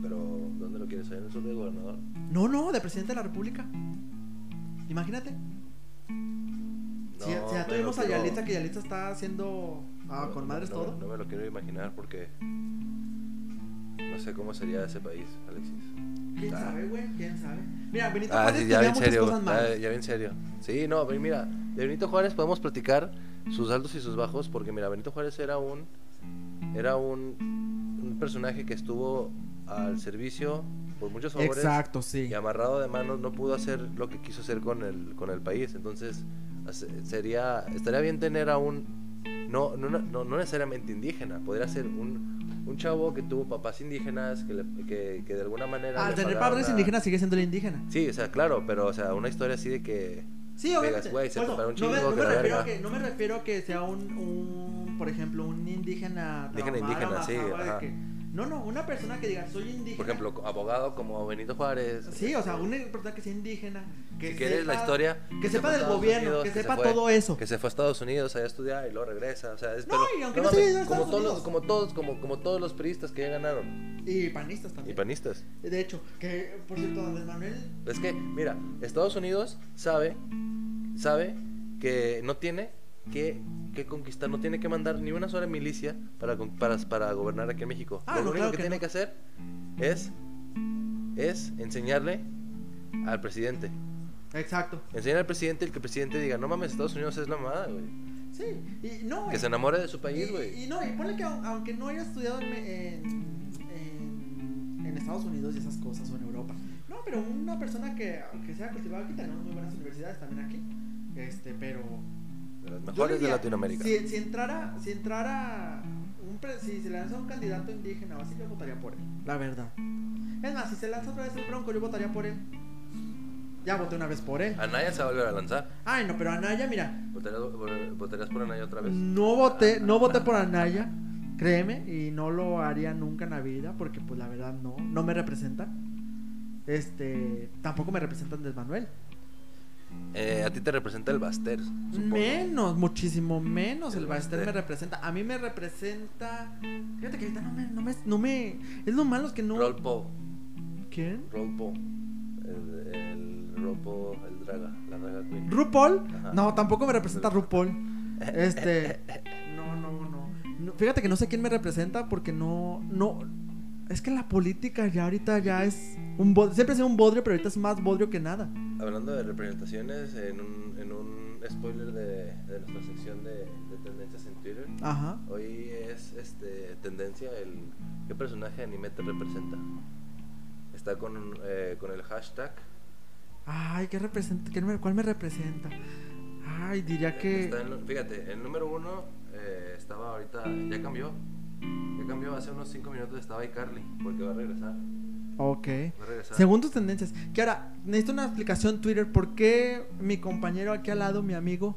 Speaker 1: Pero ¿dónde lo quieres? ¿Ahí ¿En el sur de gobernador?
Speaker 2: No, no, de presidente de la República. Imagínate.
Speaker 1: No,
Speaker 2: si, si
Speaker 1: me
Speaker 2: ya
Speaker 1: lo
Speaker 2: tuvimos a
Speaker 1: quiero-
Speaker 2: Yalitza, que Yalitza está haciendo ah,
Speaker 1: no,
Speaker 2: con
Speaker 1: no,
Speaker 2: madres
Speaker 1: no,
Speaker 2: todo.
Speaker 1: No me lo quiero imaginar porque... No sé cómo sería ese país, Alexis.
Speaker 2: ¿Quién
Speaker 1: Ah.
Speaker 2: sabe, güey? ¿Quién sabe? Mira, Benito
Speaker 1: Ah,
Speaker 2: Juárez
Speaker 1: sí, ya
Speaker 2: tenía
Speaker 1: bien
Speaker 2: muchas
Speaker 1: serio. Ah,
Speaker 2: cosas malas.
Speaker 1: Ya, ya bien serio. Sí, no, pero mira, de Benito Juárez podemos platicar sus altos y sus bajos, porque mira, Benito Juárez era un era un, un personaje que estuvo al servicio por muchos favores
Speaker 2: Exacto, sí.
Speaker 1: y amarrado de manos no pudo hacer lo que quiso hacer con el con el país. Entonces, hace- sería, estaría bien tener a un, no, no, no, no necesariamente indígena, podría ser un, un chavo que tuvo papás indígenas, que, le- que, que de alguna manera...
Speaker 2: Al
Speaker 1: le
Speaker 2: tener
Speaker 1: pagaron
Speaker 2: padres
Speaker 1: a-
Speaker 2: indígenas sigue siendo el indígena.
Speaker 1: Sí, o sea, claro, pero, o sea, una historia así de que...
Speaker 2: Sí, obviamente.
Speaker 1: Vegas, güey, se
Speaker 2: Por eso,
Speaker 1: prepara un
Speaker 2: no me-
Speaker 1: chingo,
Speaker 2: no
Speaker 1: que
Speaker 2: me
Speaker 1: la
Speaker 2: refiero a
Speaker 1: verga.
Speaker 2: que- No me refiero a que sea un, un, por ejemplo, un indígena.
Speaker 1: Indígena,
Speaker 2: trahumara,
Speaker 1: indígena, sí,
Speaker 2: mazahua, de
Speaker 1: ajá.
Speaker 2: que- no, no, una persona que diga, soy indígena.
Speaker 1: Por ejemplo, co- abogado como Benito Juárez.
Speaker 2: Sí, o sea, una persona que sea indígena. Que
Speaker 1: si quieres la
Speaker 2: sepa-
Speaker 1: historia. se fue
Speaker 2: Que sepa
Speaker 1: a
Speaker 2: del
Speaker 1: Estados
Speaker 2: gobierno,
Speaker 1: Unidos,
Speaker 2: que,
Speaker 1: se
Speaker 2: sepa
Speaker 1: fue-
Speaker 2: todo eso.
Speaker 1: Que se fue a Estados Unidos allá a estudiar y luego regresa. O sea, es,
Speaker 2: No,
Speaker 1: pero-
Speaker 2: y aunque no se haya ido a
Speaker 1: como
Speaker 2: Estados
Speaker 1: todos, los,
Speaker 2: Unidos.
Speaker 1: como todos, como, como todos los priistas que ya ganaron.
Speaker 2: Y panistas
Speaker 1: Y
Speaker 2: también.
Speaker 1: panistas.
Speaker 2: De hecho, que por cierto, Andrés Manuel.
Speaker 1: Es que, mira, Estados Unidos sabe, sabe que no tiene que, que conquistar, no tiene que mandar ni una sola milicia para, con- para, para gobernar aquí en México.
Speaker 2: Ah,
Speaker 1: Lo
Speaker 2: no,
Speaker 1: único
Speaker 2: claro
Speaker 1: que,
Speaker 2: que
Speaker 1: tiene
Speaker 2: no.
Speaker 1: que hacer es, es enseñarle al presidente.
Speaker 2: Exacto.
Speaker 1: Enseñarle al presidente y que el presidente diga, no mames, Estados Unidos es la mamada, güey.
Speaker 2: Sí, y no.
Speaker 1: Que
Speaker 2: güey.
Speaker 1: se enamore de su
Speaker 2: Y,
Speaker 1: país, güey.
Speaker 2: y no, y ponle que aun- aunque no haya estudiado en, Me- en, en- en Estados Unidos y esas cosas o en Europa. No, pero una persona que aunque sea cultivada aquí, tenemos muy buenas universidades también aquí. Este, pero.
Speaker 1: De las
Speaker 2: yo
Speaker 1: mejores de
Speaker 2: diría,
Speaker 1: Latinoamérica.
Speaker 2: Si, si entrara, si entrara un pre- si se lanza un candidato indígena o así, yo votaría por él. La verdad. Es más, si se lanza otra vez el bronco, yo votaría por él. Ya voté una vez por él.
Speaker 1: Anaya se va a volver a lanzar.
Speaker 2: Ay, no, pero Anaya, mira,
Speaker 1: ¿Votarías, vol- votarías por Anaya otra vez?
Speaker 2: no voté, no voté por Anaya, créeme, y no lo haría nunca en la vida, porque pues la verdad no, no me representa. Este, tampoco me representa Andrés Manuel.
Speaker 1: Eh, a ti te representa el Baster, supongo.
Speaker 2: Menos, muchísimo menos el
Speaker 1: El
Speaker 2: Baster me
Speaker 1: Baster.
Speaker 2: representa. A mí me representa. Fíjate que ahorita no me, no me, no me- es lo malo es que no.
Speaker 1: Rolpo.
Speaker 2: ¿Quién?
Speaker 1: Rolpo. El, el Rolpo, el Draga, la Draga Queen.
Speaker 2: RuPaul.
Speaker 1: Ajá.
Speaker 2: No, tampoco me representa RuPaul. Este. No, no, no, No, Fíjate que no sé quién me representa porque no. no Es que la política ya ahorita ya es. un bod- Siempre ha sido un bodrio, pero ahorita es más bodrio que nada.
Speaker 1: Hablando de representaciones, en un, en un spoiler de, de nuestra sección de, de tendencias en Twitter,
Speaker 2: Ajá.
Speaker 1: hoy es este tendencia el qué personaje de anime te representa. Está con, eh, con el hashtag.
Speaker 2: Ay, ¿qué representa? ¿Qué me- ¿Cuál me representa? Ay, diría que.
Speaker 1: Eh, Está en lo- fíjate, el número uno eh, estaba ahorita, ya cambió. Ya cambió, hace unos 5 minutos estaba iCarly, porque va a regresar.
Speaker 2: Ok.
Speaker 1: Va a regresar.
Speaker 2: Según tus tendencias. Que ahora, necesito una explicación Twitter. ¿Por qué mi compañero aquí al lado, mi amigo,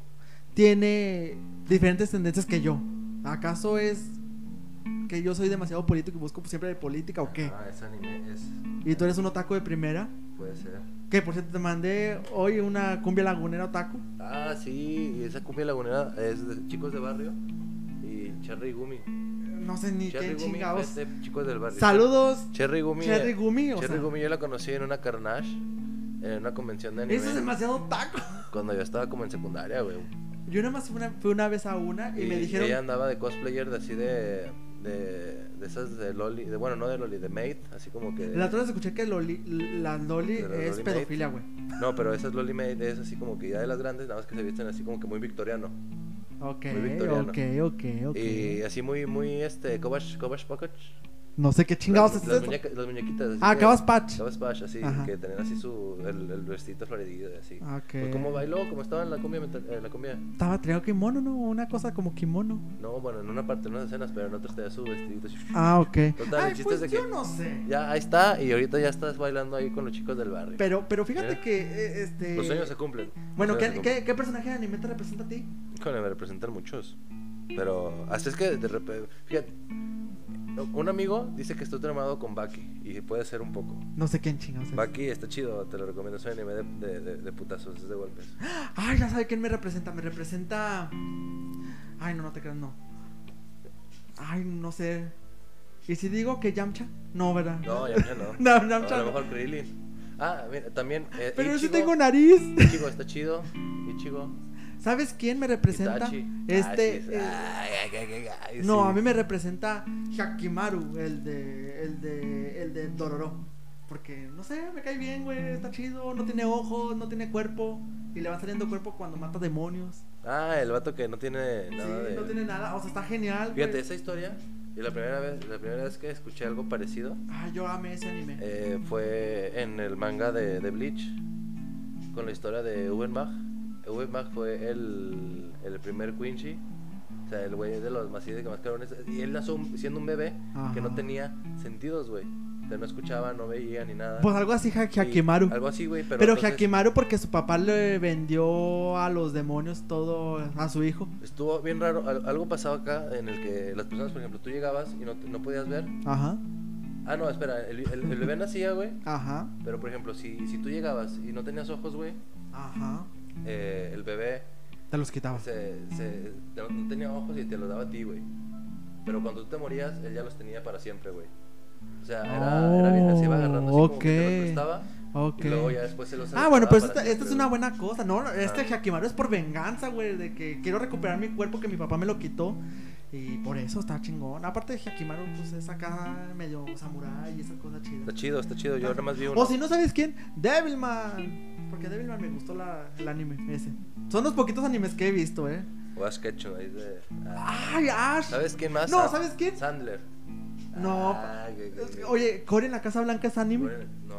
Speaker 2: tiene diferentes tendencias que yo? ¿Acaso es que yo soy demasiado político y busco siempre de política o qué?
Speaker 1: Ah, es anime, es.
Speaker 2: Y tú eres un otaku de primera.
Speaker 1: Puede ser.
Speaker 2: Que por cierto te mandé hoy una cumbia lagunera otaku.
Speaker 1: Ah, sí, y esa cumbia lagunera es de chicos de barrio y Cherry Gumi.
Speaker 2: No sé ni
Speaker 1: Cherry
Speaker 2: qué
Speaker 1: Gumi
Speaker 2: chingados.
Speaker 1: es de chicos del barrio.
Speaker 2: Saludos.
Speaker 1: Cherry Gumi.
Speaker 2: Cherry
Speaker 1: eh,
Speaker 2: Gumi, o
Speaker 1: Cherry
Speaker 2: sea.
Speaker 1: Gumi yo la conocí en una carnage, en una convención de anime.
Speaker 2: Eso es demasiado otaku.
Speaker 1: Cuando yo estaba como en secundaria, güey.
Speaker 2: Yo nada más fui una, fui una vez a una y, me dijeron.
Speaker 1: ella andaba de cosplayer de así de, de, de esas de Loli, de, bueno, no de Loli, de Maid, así como que...
Speaker 2: La otra vez escuché que Loli, la Loli
Speaker 1: De la
Speaker 2: es
Speaker 1: Loli Maid.
Speaker 2: pedofilia, güey.
Speaker 1: No, pero esas Loli Maid es así como que ya de las grandes, nada más que se visten así como que muy victoriano.
Speaker 2: Ok,
Speaker 1: Muy victoriano. Eh,
Speaker 2: ok, ok, ok.
Speaker 1: Y así muy, muy, este, Kovash, Kovash Package.
Speaker 2: No sé qué chingados
Speaker 1: las,
Speaker 2: es
Speaker 1: las
Speaker 2: eso.
Speaker 1: muñeca- las muñequitas. así
Speaker 2: Ah,
Speaker 1: que-
Speaker 2: Cabas Patch.
Speaker 1: Cabas Patch, así,
Speaker 2: Ajá.
Speaker 1: que tenían así su, el, el vestidito florido, y así.
Speaker 2: Ah, Ok.
Speaker 1: Pues como bailó, como estaba en la cumbia, mientras- eh, la cumbia.
Speaker 2: Estaba traído kimono, ¿no? Una cosa como kimono.
Speaker 1: No, bueno, en una parte, en unas escenas, pero en otras tenía su vestidito así.
Speaker 2: Ah, ok.
Speaker 1: Total, el
Speaker 2: Ay,
Speaker 1: chiste
Speaker 2: pues
Speaker 1: es de
Speaker 2: yo
Speaker 1: que-
Speaker 2: no sé.
Speaker 1: Ya, ahí está, y ahorita ya estás bailando ahí con los chicos del barrio.
Speaker 2: Pero, pero fíjate
Speaker 1: Mira.
Speaker 2: que eh, este.
Speaker 1: Los sueños se cumplen.
Speaker 2: Bueno,
Speaker 1: Los
Speaker 2: ¿qué,
Speaker 1: sueños se
Speaker 2: qué, qué personaje de anime te representa a ti?
Speaker 1: cumplen. Híjole, me representan muchos. Pero, así es que de repente. Fíjate, un amigo dice que estoy tramado con Baki, y puede ser un poco.
Speaker 2: No sé quién chingados es.
Speaker 1: Baki está chido, te lo recomiendo. Es un anime de, de, de, de putazos, es de golpes.
Speaker 2: Ay, ya sabe quién me representa. Me representa. Ay, no, no te creas, no. Ay, no sé. ¿Y si digo que Yamcha? No, ¿verdad?
Speaker 1: No, Yamcha no.
Speaker 2: No,
Speaker 1: No,
Speaker 2: Yamcha
Speaker 1: a lo
Speaker 2: no.
Speaker 1: mejor Krillin. Ah, mira, también. eh,
Speaker 2: Pero yo sí
Speaker 1: Ichigo.
Speaker 2: tengo nariz.
Speaker 1: Ichigo está chido. Ichigo.
Speaker 2: ¿Sabes quién me representa?
Speaker 1: Itachi.
Speaker 2: Este.
Speaker 1: Ah, sí,
Speaker 2: eh,
Speaker 1: ay, ay, ay, ay, ay,
Speaker 2: no,
Speaker 1: sí.
Speaker 2: a mí me representa Hakimaru, el de. El de. El de Dororo. Porque, no sé, me cae bien, güey. Está chido. No tiene ojos, no tiene cuerpo. Y le va saliendo cuerpo cuando mata demonios.
Speaker 1: Ah, el vato que no tiene nada
Speaker 2: sí,
Speaker 1: de.
Speaker 2: no tiene nada. O sea, está genial. güey.
Speaker 1: Fíjate, esa historia. Y la primera vez, la primera vez que escuché algo parecido
Speaker 2: Ah, yo amé ese anime.
Speaker 1: eh, fue en el manga de, de Bleach. Con la historia de Uwenbach. güey Mac fue el, el primer Quincy. O sea, el güey de los masivos que más cabrones. Y él nació un- siendo un bebé que no
Speaker 2: Ajá.
Speaker 1: tenía sentidos, güey. O sea, no escuchaba, no veía ni nada.
Speaker 2: Pues algo así, Ha-
Speaker 1: Y
Speaker 2: Hakimaru.
Speaker 1: Algo así, güey, pero.
Speaker 2: Pero
Speaker 1: entonces
Speaker 2: Hakimaru porque su papá le vendió a los demonios todo a su hijo.
Speaker 1: Estuvo bien raro. Al- Algo pasaba acá en el que las personas, por ejemplo, tú llegabas y no, te- no podías ver.
Speaker 2: Ajá,
Speaker 1: Ah, no, espera. El, el- el bebé nacía, güey.
Speaker 2: ajá,
Speaker 1: Pero, por ejemplo, si, si tú llegabas y no tenías ojos, güey,
Speaker 2: ajá.
Speaker 1: eh, el bebé
Speaker 2: Te los quitaba.
Speaker 1: se, se- no- no tenía ojos y te los daba a ti, güey. Pero cuando tú te morías, él ya los tenía para siempre, güey. O sea, era, era bien, se iba agarrando así como que te
Speaker 2: ok.
Speaker 1: los prestaba.
Speaker 2: Ok.
Speaker 1: Y luego ya después se los
Speaker 2: Ah, bueno,
Speaker 1: daba
Speaker 2: pues
Speaker 1: para
Speaker 2: esta, esta
Speaker 1: siempre,
Speaker 2: es una
Speaker 1: güey.
Speaker 2: buena cosa, ¿no? Este
Speaker 1: Ah.
Speaker 2: Hakimaru es por venganza, güey, de que quiero recuperar mi cuerpo que mi papá me lo quitó. Y por eso está chingón. Aparte de Hakimaru, pues es acá medio samurái y esa cosa chida.
Speaker 1: Está chido, está chido.
Speaker 2: Ah.
Speaker 1: Yo nada más vi uno.
Speaker 2: O si no sabes quién, Devilman. Porque Devilman me gustó la, el anime ese. Son los poquitos animes que he visto, ¿eh?
Speaker 1: O Ash Ketchum, ahí de- ah.
Speaker 2: ¡Ay, Ash!
Speaker 1: ¿Sabes quién más?
Speaker 2: No,
Speaker 1: Ah,
Speaker 2: ¿sabes quién?
Speaker 1: Sandler.
Speaker 2: No.
Speaker 1: Ah, güey, güey,
Speaker 2: Es que,
Speaker 1: güey.
Speaker 2: Oye, Cory en la Casa Blanca es anime.
Speaker 1: Bueno, No,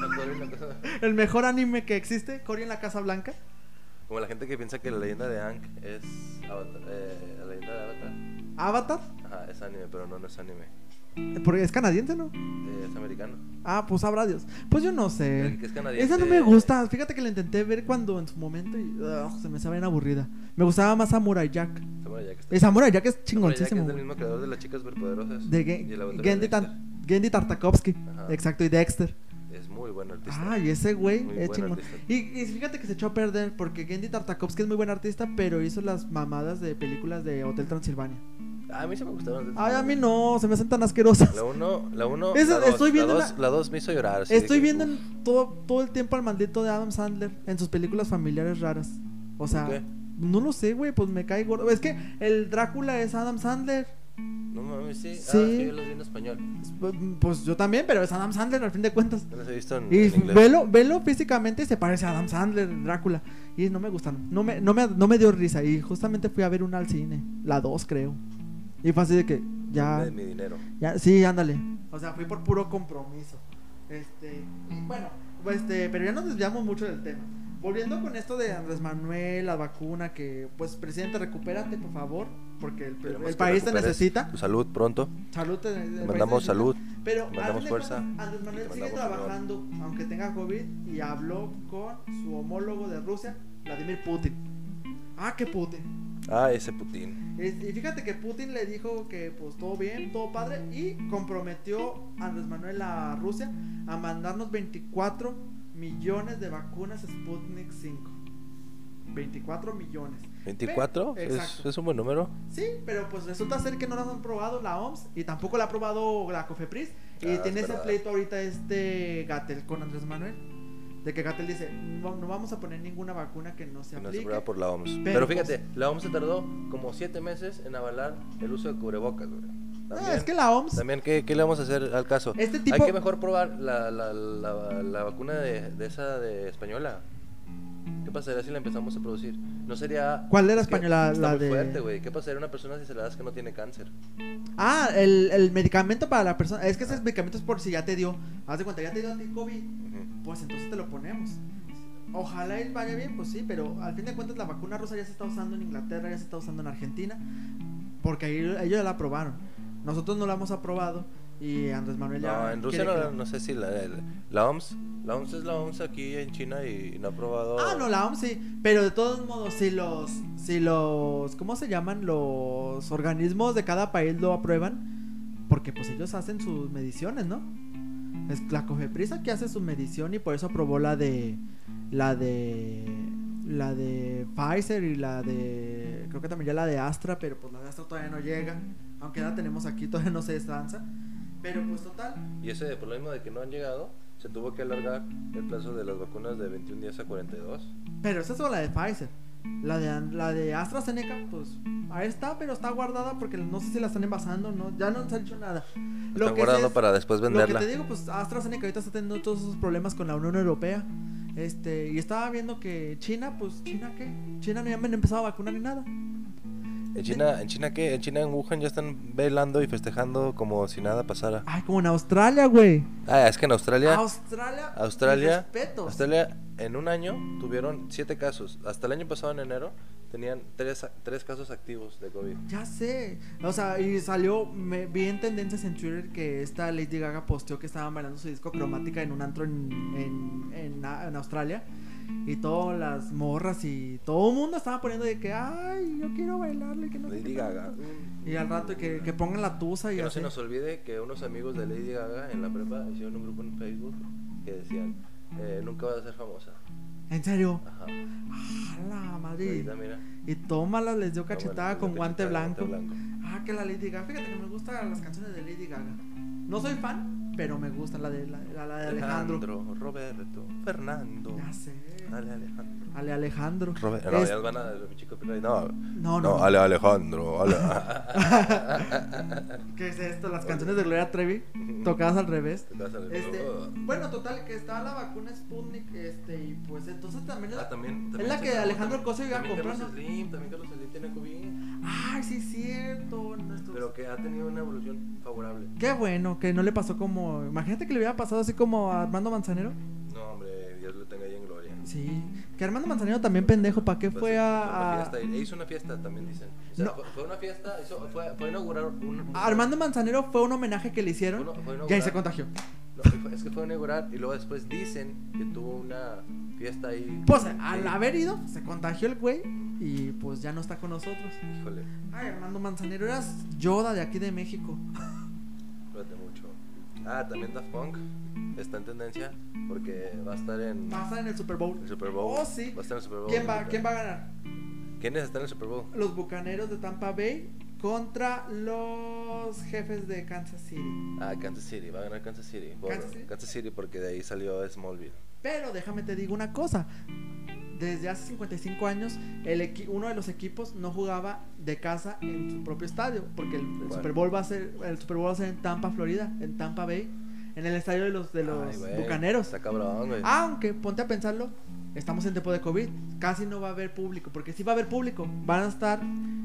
Speaker 1: no me acuerdo de una cosa.
Speaker 2: El mejor anime que existe, Cory en la Casa Blanca.
Speaker 1: Como la gente que piensa que la leyenda de Ank es Avatar, eh, la leyenda de Avatar.
Speaker 2: Avatar.
Speaker 1: Ajá, es anime, pero no, no es anime.
Speaker 2: Porque es canadiense, ¿no?
Speaker 1: Eh, es americano.
Speaker 2: Ah, pues sabrá Dios. Pues yo no sé.
Speaker 1: El que es canadiense.
Speaker 2: Esa no me gusta. Fíjate que la intenté ver cuando en su momento y ugh, se me estaba bien aburrida. Me gustaba más Samurai Jack.
Speaker 1: Samurai Jack está-
Speaker 2: El Samurai Jack es
Speaker 1: Samurai Jack
Speaker 2: chingoncísimo.
Speaker 1: Es del mismo creador de las chicas superpoderosas.
Speaker 2: De
Speaker 1: y el
Speaker 2: Gen-
Speaker 1: autor de
Speaker 2: Gendy, Tar-
Speaker 1: Dexter.
Speaker 2: Gendy Tartakovsky.
Speaker 1: Ajá.
Speaker 2: Exacto, y Dexter.
Speaker 1: Es muy buen artista.
Speaker 2: Ah, y ese güey
Speaker 1: Muy
Speaker 2: es
Speaker 1: buen
Speaker 2: chingón.
Speaker 1: artista.
Speaker 2: Y, y fíjate que se echó a perder porque Gendy Tartakovsky es muy buen artista, pero hizo las mamadas de películas de Hotel Transilvania.
Speaker 1: Ah, a mí se me gustaron.
Speaker 2: Ay, a mí no, se me hacen tan asquerosas.
Speaker 1: La 1, la 1,
Speaker 2: Esa-
Speaker 1: la 2,
Speaker 2: estoy viendo
Speaker 1: la 2,
Speaker 2: la-
Speaker 1: me hizo llorar. así de
Speaker 2: Estoy
Speaker 1: que,
Speaker 2: viendo
Speaker 1: uf,
Speaker 2: en todo, todo el tiempo al maldito de Adam Sandler en sus películas familiares raras. O sea,
Speaker 1: ¿Por qué?
Speaker 2: no lo sé, güey, pues me cae gordo. Es que el Drácula es Adam Sandler.
Speaker 1: No mames, sí. Ah,
Speaker 2: Sí.
Speaker 1: sí, yo los vi en español.
Speaker 2: Pues yo también, pero es Adam Sandler al fin de cuentas.
Speaker 1: No los he visto en,
Speaker 2: Y
Speaker 1: en inglés.
Speaker 2: velo, velo físicamente, se parece a Adam Sandler, el Drácula. Y no me gustaron. No me, no me, no me dio risa. Y justamente fui a ver una al cine. La 2, creo. Y fue así de que ya.
Speaker 1: De mi dinero.
Speaker 2: Ya, sí, ándale. O sea, fui por puro compromiso. Este, y bueno, pues, este, pero ya nos desviamos mucho del tema. Volviendo con esto de Andrés Manuel, la vacuna, que, pues, presidente, recupérate, por favor, porque el, el
Speaker 1: Esperemos que
Speaker 2: país te
Speaker 1: recuperes
Speaker 2: necesita.
Speaker 1: Tu salud pronto.
Speaker 2: Salud, te, el país te
Speaker 1: mandamos
Speaker 2: necesita.
Speaker 1: salud,
Speaker 2: Pero,
Speaker 1: te
Speaker 2: al
Speaker 1: mandamos
Speaker 2: fin de
Speaker 1: fuerza,
Speaker 2: cuentas, Andrés Manuel
Speaker 1: te
Speaker 2: sigue
Speaker 1: mandamos honor.
Speaker 2: trabajando, aunque tenga COVID, y habló con su homólogo de Rusia, Vladimir Putin. Ah, qué Putin.
Speaker 1: Ah, ese Putin.
Speaker 2: Es- Y fíjate que Putin le dijo que pues todo bien, todo padre y comprometió a Andrés Manuel a Rusia a mandarnos 24 millones de vacunas Sputnik 5. 24 millones.
Speaker 1: 24
Speaker 2: Pe-
Speaker 1: es,
Speaker 2: exacto.
Speaker 1: es un buen número.
Speaker 2: Sí, pero pues resulta ser que no las han probado la OMS y tampoco la ha probado la COFEPRIS y
Speaker 1: Ah, es
Speaker 2: tiene ese
Speaker 1: verdad.
Speaker 2: pleito ahorita este Gatel con Andrés Manuel de que Gatel dice, no, no vamos a poner ninguna vacuna que no se pues.
Speaker 1: No se
Speaker 2: aplique.
Speaker 1: prueba por la OMS. Pero,
Speaker 2: Pero,
Speaker 1: fíjate, la OMS se tardó como 7 meses en avalar el uso de cubrebocas, güey.
Speaker 2: Ah, es que la OMS
Speaker 1: También, ¿qué, qué le vamos a hacer al caso?
Speaker 2: Este tipo-
Speaker 1: Hay que mejor probar la, la, la, la vacuna de, de esa de española. ¿Qué pasaría si la empezamos a producir? No sería...
Speaker 2: ¿Cuál era
Speaker 1: es que
Speaker 2: española?
Speaker 1: Está
Speaker 2: La
Speaker 1: muy
Speaker 2: de-
Speaker 1: fuerte, güey. ¿Qué pasaría a una persona si se la das que no tiene cáncer?
Speaker 2: Ah, el, el medicamento para la persona. Es que ese medicamento es por si ya te dio. Haz de cuenta, ya te dio a ti COVID.
Speaker 1: Ujú.
Speaker 2: Pues entonces te lo ponemos. Ojalá él vaya bien, pues sí, pero al fin de cuentas la vacuna rusa ya se está usando en Inglaterra, ya se está usando en Argentina. Porque ahí ellos ya la aprobaron. Nosotros no la hemos aprobado. Y Andrés Manuel ya.
Speaker 1: No, en Rusia
Speaker 2: quiere
Speaker 1: no,
Speaker 2: que la-
Speaker 1: no sé si la, el- la OMS... La OMS es la OMS aquí en China y no ha probado...
Speaker 2: Ah, no, la OMS sí. Pero de todos modos, si los. Si los. ¿Cómo se llaman? Los organismos de cada país lo aprueban. Porque pues ellos hacen sus mediciones, ¿no? Es la Cofeprisa que hace su medición y por eso aprobó la de. La de. La de Pfizer y la de. Creo que también ya la de Astra, pero pues la de Astra todavía no llega. Aunque la tenemos aquí, todavía no se deslanza. Pero pues total.
Speaker 1: Y ese de por lo mismo de que no han llegado, se tuvo que alargar el plazo de las vacunas de 21 días a 42.
Speaker 2: Pero esa es solo la de Pfizer. La de, la de AstraZeneca, pues ahí está, pero está guardada porque no sé si la están envasando, no, ya no han hecho nada.
Speaker 1: La
Speaker 2: Lo
Speaker 1: Están
Speaker 2: que sé
Speaker 1: guardando
Speaker 2: es-
Speaker 1: para después
Speaker 2: Lo que
Speaker 1: venderla.
Speaker 2: te digo, pues AstraZeneca ahorita está teniendo todos esos problemas con la Unión Europea. Este, y estaba viendo que China, pues China qué? China no ya han empezado a vacunar ni nada.
Speaker 1: ¿En China, ¿En China qué? En China, en Wuhan ya están velando y festejando como si nada pasara.
Speaker 2: Ay, como en Australia, güey.
Speaker 1: Ah, es que en Australia.
Speaker 2: Australia. mis
Speaker 1: Australia,
Speaker 2: respetos.
Speaker 1: Australia en un año tuvieron siete casos. Hasta el año pasado, en enero, tenían tres, tres casos activos de COVID.
Speaker 2: Ya sé. O sea, y salió, me, vi en tendencias en Twitter que esta Lady Gaga posteó que estaban bailando su disco cromática en un antro en, en, en- en Australia. Y todas las morras y todo el mundo estaba poniendo de que, ay, yo quiero bailarle. Que no sé
Speaker 1: Lady
Speaker 2: qué
Speaker 1: Gaga.
Speaker 2: tanto". Y al rato que, que pongan la tusa y
Speaker 1: Que no
Speaker 2: así.
Speaker 1: se nos olvide que unos amigos de Lady Gaga en la prepa hicieron un grupo en Facebook que decían: eh, Nunca vas a ser famosa.
Speaker 2: En serio.
Speaker 1: Ajá.
Speaker 2: A la madre.
Speaker 1: Ahorita, mira.
Speaker 2: Y tómala, les dio
Speaker 1: Tómala,
Speaker 2: cachetada
Speaker 1: les dio
Speaker 2: con guante
Speaker 1: cachetada,
Speaker 2: blanco.
Speaker 1: guante blanco.
Speaker 2: Ah, que la Lady Gaga. Fíjate que me gustan las canciones de Lady Gaga. No soy fan, pero me gusta la de, la, la- la de Alejandro.
Speaker 1: Alejandro, Roberto, Fernando.
Speaker 2: Ya sé.
Speaker 1: Ale Alejandro.
Speaker 2: Ale Alejandro.
Speaker 1: Roberto. No,
Speaker 2: Es-
Speaker 1: ya van a los chicos, pero no.
Speaker 2: no,
Speaker 1: No,
Speaker 2: no, no.
Speaker 1: Ale Alejandro. Ale.
Speaker 2: ¿Qué es esto? Las canciones de Gloria Trevi tocadas al revés.
Speaker 1: Te vas a-
Speaker 2: Este, bueno, total, que está la vacuna Sputnik, este, y pues entonces también...
Speaker 1: Ah,
Speaker 2: la-
Speaker 1: también, también
Speaker 2: Es la
Speaker 1: se
Speaker 2: que
Speaker 1: acabó,
Speaker 2: Alejandro
Speaker 1: también-
Speaker 2: Cosse iba a
Speaker 1: también
Speaker 2: comprar,
Speaker 1: Carlos
Speaker 2: ¿no?
Speaker 1: Slim, también Carlos Slim tiene COVID.
Speaker 2: Ay, sí, es cierto. nuestros-
Speaker 1: Pero que ha tenido una evolución favorable.
Speaker 2: Qué bueno que no le pasó como... Imagínate que le hubiera pasado así como a Armando Manzanero.
Speaker 1: No, hombre, Dios lo tenga ahí en gloria.
Speaker 2: Sí. Que Armando Manzanero también pendejo, ¿para qué
Speaker 1: Pues,
Speaker 2: fue
Speaker 1: una
Speaker 2: a... a-
Speaker 1: fiesta y- e hizo una fiesta, también dicen. O sea,
Speaker 2: No.
Speaker 1: fue, fue una fiesta, hizo- fue, fue inaugurar un...
Speaker 2: Armando Manzanero fue un homenaje que le hicieron.
Speaker 1: Fue- fue
Speaker 2: y ahí
Speaker 1: inaugurar-
Speaker 2: se contagió.
Speaker 1: No, fue- es que fue a inaugurar y luego después dicen que tuvo una fiesta ahí...
Speaker 2: Pues
Speaker 1: Sí.
Speaker 2: al haber ido, se contagió el güey y pues ya no está con nosotros.
Speaker 1: Híjole,
Speaker 2: Ay, Armando Manzanero, eras Yoda de aquí de México.
Speaker 1: espérate mucho. Ah, también Daft Punk está en tendencia porque va a estar en
Speaker 2: Pasa en el Super Bowl.
Speaker 1: el Super Bowl.
Speaker 2: Ah. Oh, sí.
Speaker 1: Va a estar en el Super Bowl.
Speaker 2: ¿Quién va, ¿Quién va a ganar?
Speaker 1: ¿Quiénes están en el Super Bowl?
Speaker 2: Los Bucaneros de Tampa Bay contra los jefes de Kansas City.
Speaker 1: Ah, Kansas City, va a ganar Kansas City. por-
Speaker 2: ¿Kansas City?
Speaker 1: Kansas City porque de ahí salió Smallville.
Speaker 2: Pero déjame te digo una cosa. Desde hace 55 años, el equi- uno de los equipos no jugaba de casa en su propio estadio, porque el, el
Speaker 1: Bueno.
Speaker 2: Super Bowl va a ser el Super Bowl va a ser en Tampa, Florida, en Tampa Bay, en el estadio de los de los
Speaker 1: Ay, güey,
Speaker 2: Bucaneros. Ah,
Speaker 1: Está cabrón, güey.
Speaker 2: Aunque, ponte a pensarlo, estamos en tiempo de COVID, casi no va a haber público, porque si va a haber público, van a estar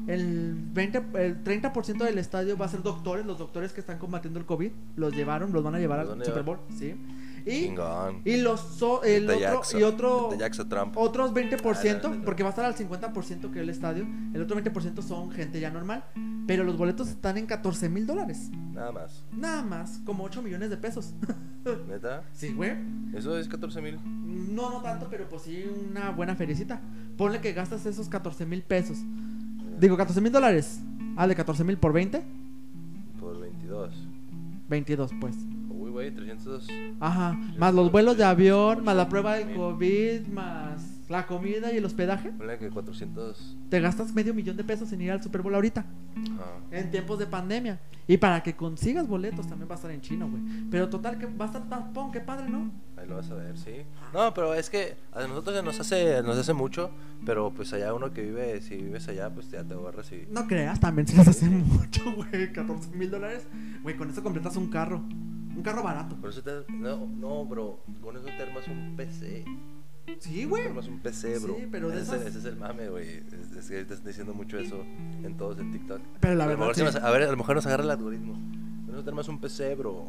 Speaker 2: el 20, el 30% del estadio va a ser doctores, los doctores que están combatiendo el COVID, los llevaron, los van a llevar
Speaker 1: Los van
Speaker 2: al
Speaker 1: a
Speaker 2: Super Bowl,
Speaker 1: llevar.
Speaker 2: sí. Y,
Speaker 1: Chingón.
Speaker 2: y los so- el
Speaker 1: Neta
Speaker 2: otro,
Speaker 1: Jackson,
Speaker 2: y otro
Speaker 1: neta Jackson Trump.
Speaker 2: otros
Speaker 1: Ah, no, no,
Speaker 2: 20%,
Speaker 1: no.
Speaker 2: porque va a estar al 50% que es el estadio, el otro 20% son gente ya normal, pero los boletos están en 14 mil dólares,
Speaker 1: Nada más.
Speaker 2: nada más, como 8 millones de pesos.
Speaker 1: Neta.
Speaker 2: sí, güey.
Speaker 1: Eso es 14 mil.
Speaker 2: No, no tanto, pero pues sí una buena feriecita. Ponle que gastas esos 14 mil pesos. Digo, 14 mil dólares. Ah, de 14 mil por 20,
Speaker 1: Por 22.
Speaker 2: 22 pues.
Speaker 1: Uy, güey, 300.
Speaker 2: Ajá. Más los vuelos de avión, más la prueba del COVID, más la comida y el hospedaje.
Speaker 1: Ponle que 400.
Speaker 2: Te gastas medio millón de pesos en ir al Super Bowl ahorita.
Speaker 1: Ajá.
Speaker 2: En tiempos de pandemia. Y para que consigas boletos también va a estar en chino, güey. Pero total, que va a estar tapón, qué padre, ¿no?
Speaker 1: Ahí lo vas a ver, sí. No, pero es que a nosotros se nos hace, nos hace mucho, pero pues allá uno que vive, si vives allá, pues ya te borras y...
Speaker 2: No creas, también se les hace mucho, güey. 14 mil dólares. Güey, con eso completas un carro. Un carro barato.
Speaker 1: Por eso te... No, no, bro. Con eso te armas un PC.
Speaker 2: Sí, güey.
Speaker 1: Armas un PC, bro.
Speaker 2: Sí, pero de
Speaker 1: ese, es el-
Speaker 2: esas-
Speaker 1: ese es el mame, güey. Es, es que ahorita están diciendo mucho eso en todos en TikTok.
Speaker 2: Pero la
Speaker 1: a, lo
Speaker 2: verdad,
Speaker 1: mejor se
Speaker 2: sí.
Speaker 1: nos- a ver, a lo mejor nos agarra el algoritmo. Nosotros tenemos un PC, bro.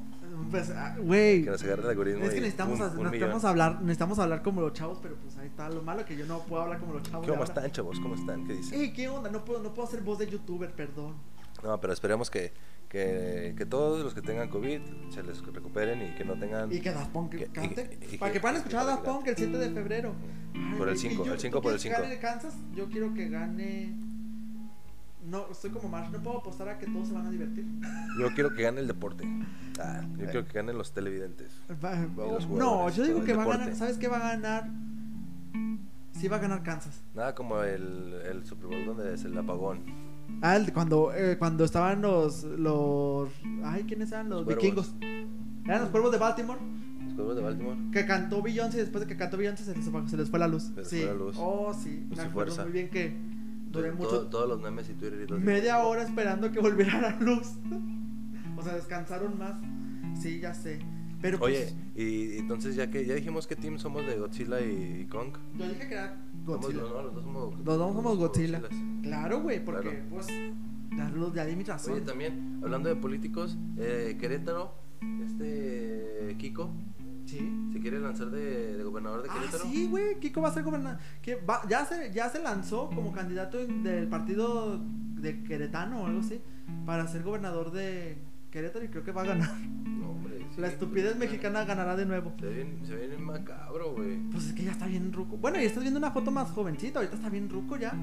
Speaker 2: Pues, ah, güey.
Speaker 1: Que nos agarre el algoritmo.
Speaker 2: Es que
Speaker 1: y
Speaker 2: necesitamos,
Speaker 1: un-
Speaker 2: a-
Speaker 1: un
Speaker 2: necesitamos
Speaker 1: millón.
Speaker 2: hablar, necesitamos hablar como los chavos, pero pues ahí está lo malo que yo no puedo hablar como los chavos.
Speaker 1: ¿Qué,
Speaker 2: de
Speaker 1: ¿Cómo
Speaker 2: ahora.
Speaker 1: están, chavos? ¿Cómo están? ¿Qué dicen?
Speaker 2: Ey, ¿qué onda? No puedo, no puedo hacer voz de youtuber, perdón.
Speaker 1: No, pero esperemos que, que, que todos los que tengan COVID se les recuperen y que no tengan...
Speaker 2: Y que Daft Punk
Speaker 1: Que- y-
Speaker 2: cante.
Speaker 1: y- y
Speaker 2: para que
Speaker 1: que-
Speaker 2: puedan
Speaker 1: y
Speaker 2: escuchar a
Speaker 1: que-
Speaker 2: Daft Punk el 7 de febrero. Ay,
Speaker 1: Por el
Speaker 2: güey,
Speaker 1: cinco,
Speaker 2: y yo-
Speaker 1: el cinco
Speaker 2: ¿tú
Speaker 1: por el
Speaker 2: quieres que
Speaker 1: cinco.
Speaker 2: gane Kansas? Yo quiero que gane. No, estoy como Marsh, no puedo apostar a que todos se van a divertir.
Speaker 1: Yo quiero que gane el deporte. Ah, yo quiero que ganen los televidentes. los
Speaker 2: no,
Speaker 1: jugadores,
Speaker 2: yo digo
Speaker 1: el
Speaker 2: que va a
Speaker 1: deporte.
Speaker 2: ganar. ¿Sabes qué va a ganar? Sí, va a ganar Kansas.
Speaker 1: Nada como el, el Super Bowl donde es el apagón.
Speaker 2: Ah, el de cuando, eh, cuando estaban los, los. Ay, ¿quiénes eran? Los,
Speaker 1: Los cuervos.
Speaker 2: vikingos. Eran los cuervos de Baltimore.
Speaker 1: Los Cuervos de Baltimore.
Speaker 2: Que cantó Beyoncé y después de que cantó Beyoncé se les, fue- se les fue la luz.
Speaker 1: Se les
Speaker 2: sí.
Speaker 1: fue la luz.
Speaker 2: Oh, sí.
Speaker 1: Luz
Speaker 2: Me
Speaker 1: y
Speaker 2: acuerdo
Speaker 1: fuerza.
Speaker 2: muy bien que duré
Speaker 1: Todo-
Speaker 2: mucho.
Speaker 1: Todos los memes y Twitter y todo.
Speaker 2: media hora esperando que volviera la luz. o sea, descansaron más. Sí, ya sé. Pero pues,
Speaker 1: Oye, y y entonces ya que ya dijimos qué team somos de Godzilla y, y Kong.
Speaker 2: yo dije que era
Speaker 1: Somos,
Speaker 2: Godzilla.
Speaker 1: no, los dos somos,
Speaker 2: Los dos somos Godzilla.
Speaker 1: Godzillas.
Speaker 2: Claro, güey, porque
Speaker 1: Claro.
Speaker 2: pues la luz ya di mi razón.
Speaker 1: Oye, también, hablando de políticos, eh, Querétaro, este Kiko,
Speaker 2: sí.
Speaker 1: se quiere lanzar de, de gobernador de
Speaker 2: Ah,
Speaker 1: Querétaro.
Speaker 2: sí, güey, Kiko va a ser gobernador. Que va- ya, se, ya se lanzó como candidato en- del partido de Queretano o algo así para ser gobernador de Querétaro y creo que va a ganar.
Speaker 1: No, hombre, sí,
Speaker 2: la estupidez
Speaker 1: pues,
Speaker 2: mexicana ganará de nuevo.
Speaker 1: Se ve bien, se ve bien macabro, güey.
Speaker 2: Pues es que ya está bien ruco. Bueno, y estás viendo una foto más jovencita, ahorita está bien ruco ya.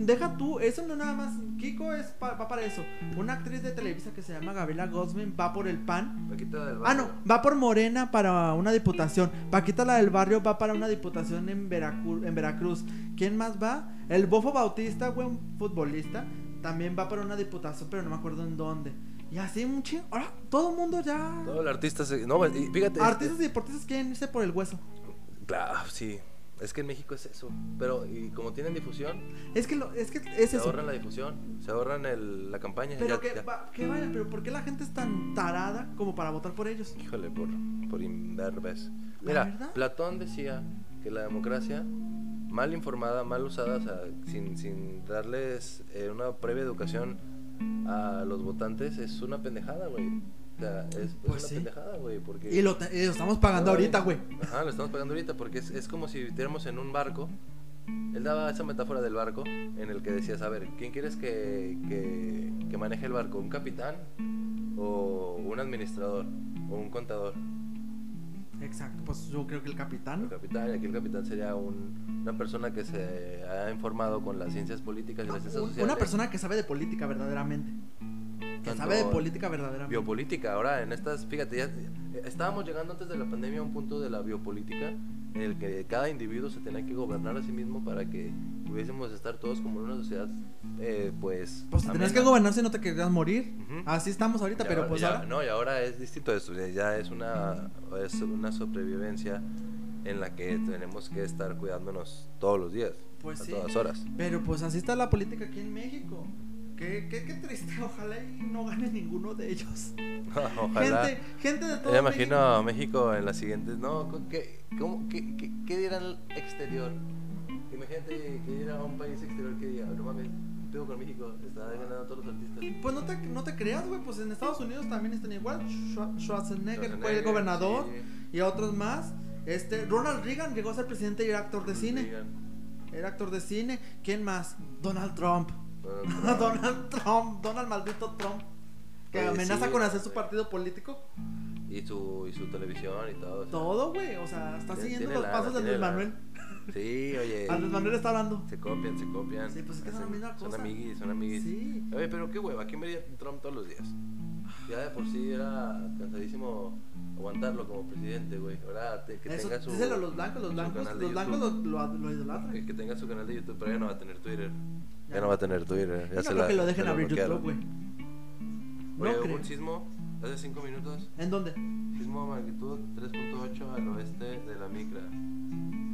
Speaker 2: Deja tú, eso no nada más. Kiko es pa- va para eso. Una actriz de Televisa que se llama Gabriela Gosman va por el pan.
Speaker 1: Paquita del
Speaker 2: Ah,
Speaker 1: Barrio.
Speaker 2: no, va por Morena para una diputación. Paquita la del barrio va para una diputación en, Veracru- en Veracruz. ¿Quién más va? El Bofo Bautista, güey, un futbolista. También va para una diputación, pero no me acuerdo en dónde. Y así un chingo. Ahora todo el mundo ya.
Speaker 1: Todo el artista se... No, y fíjate. este,
Speaker 2: Artistas y deportistas quieren irse por el hueso.
Speaker 1: Claro, sí. Es que en México es eso. Pero y como tienen difusión,
Speaker 2: Es que, lo, es, que es
Speaker 1: se
Speaker 2: eso.
Speaker 1: ahorran la difusión, se ahorran el- la campaña.
Speaker 2: Pero
Speaker 1: ya-
Speaker 2: que,
Speaker 1: ya.
Speaker 2: va- que vaya, pero ¿por qué la gente es tan tarada como para votar por ellos?
Speaker 1: Híjole, por, por imberbes.
Speaker 2: ¿La
Speaker 1: Mira,
Speaker 2: verdad?
Speaker 1: Platón decía que la democracia mal informada, mal usada, o sea, sin, sin darles eh, una previa educación a los votantes, es una pendejada, güey. O sea, es, es
Speaker 2: Pues
Speaker 1: una
Speaker 2: sí.
Speaker 1: pendejada, güey, porque...
Speaker 2: Y lo, te- y lo estamos pagando ahorita, güey.
Speaker 1: Ajá, lo estamos pagando ahorita porque es, es como si viéramos en un barco. Él daba esa metáfora del barco en el que decías, a ver, ¿quién quieres que, que, que maneje el barco? ¿Un capitán o un administrador o un contador?
Speaker 2: Exacto, pues yo creo que el
Speaker 1: El
Speaker 2: capitán.
Speaker 1: capitán, y aquí el capitán sería un- una persona que se ha informado con las ciencias políticas y las ciencias
Speaker 2: un-
Speaker 1: sociales.
Speaker 2: Una persona que sabe de política verdaderamente. Que
Speaker 1: Tanto
Speaker 2: sabe de política verdaderamente.
Speaker 1: Biopolítica, ahora en estas, fíjate, ya eh, estábamos llegando antes de la pandemia a un punto de la biopolítica en el que cada individuo se tenía que gobernar a sí mismo para que pudiésemos estar todos como en una sociedad, eh, pues...
Speaker 2: pues te tenías
Speaker 1: amena.
Speaker 2: que gobernar si no te querías morir.
Speaker 1: Ujú.
Speaker 2: Así estamos ahorita,
Speaker 1: Y
Speaker 2: pero
Speaker 1: ahora-
Speaker 2: pues
Speaker 1: ya-
Speaker 2: ahora.
Speaker 1: No, y ahora es distinto eso, ya- ya es una, es una sobrevivencia en la que tenemos que estar cuidándonos todos los días,
Speaker 2: Pues
Speaker 1: a
Speaker 2: sí.
Speaker 1: todas horas.
Speaker 2: Pero pues así está la política aquí en México. Qué, qué, qué triste, ojalá y no gane ninguno de ellos.
Speaker 1: Ojalá.
Speaker 2: Gente, gente de todo
Speaker 1: Yo me
Speaker 2: México.
Speaker 1: imagino a México en las siguientes. No, ¿con ¿qué, cómo- qué, qué, qué dirá el exterior? Imagínate que diera a un país exterior que diga, no mames, tengo con México, está ganando a todos los
Speaker 2: Y,
Speaker 1: artistas.
Speaker 2: Pues no te, no te creas, güey, pues en Estados Unidos también están igual. Schwa- Schwarzenegger fue el
Speaker 1: Schwarzenegger,
Speaker 2: gobernador
Speaker 1: sí,
Speaker 2: y otros más. Este, Ronald Reagan llegó a ser presidente y era actor de cine.
Speaker 1: Reagan,
Speaker 2: Era actor de cine. ¿Quién más? Donald Trump.
Speaker 1: Donald Trump.
Speaker 2: Donald Trump, Donald maldito Trump. Que
Speaker 1: Oye,
Speaker 2: amenaza
Speaker 1: sí,
Speaker 2: con hacer su
Speaker 1: güey.
Speaker 2: partido político.
Speaker 1: y, su, y su televisión y todo. o sea.
Speaker 2: Todo, güey. O sea, está
Speaker 1: Tiene-
Speaker 2: siguiendo
Speaker 1: tiene
Speaker 2: los
Speaker 1: lana,
Speaker 2: pasos de
Speaker 1: tiene Eh,
Speaker 2: Andrés
Speaker 1: lana.
Speaker 2: Manuel.
Speaker 1: Sí, oye.
Speaker 2: Andrés Manuel está hablando.
Speaker 1: Se copian, se copian.
Speaker 2: Sí, pues es que son la
Speaker 1: Hacen-
Speaker 2: misma cosa.
Speaker 1: Son amiguis, son amiguis.
Speaker 2: Sí.
Speaker 1: Oye, pero qué hueva, ¿quién vería Trump todos los días? Ya de por sí era cansadísimo aguantarlo como presidente, güey. Ahora te- que
Speaker 2: Eso,
Speaker 1: tenga su.
Speaker 2: díselo a los blancos, los
Speaker 1: su
Speaker 2: blancos,
Speaker 1: canal de
Speaker 2: los blancos lo,
Speaker 1: YouTube.
Speaker 2: lo- lo idolatran.
Speaker 1: Que tenga su canal de YouTube, pero ya no va a tener Twitter. Ya,
Speaker 2: Ya.
Speaker 1: no va a tener Twitter.
Speaker 2: Yo
Speaker 1: Ya
Speaker 2: no
Speaker 1: se
Speaker 2: creo
Speaker 1: la-
Speaker 2: que lo
Speaker 1: se
Speaker 2: dejen
Speaker 1: la
Speaker 2: abrir
Speaker 1: bloquearon.
Speaker 2: YouTube, güey.
Speaker 1: Oye,
Speaker 2: No
Speaker 1: hubo
Speaker 2: creo.
Speaker 1: un sismo hace 5 minutos.
Speaker 2: ¿En dónde?
Speaker 1: Sismo magnitud 3.8 al oeste de la Micra.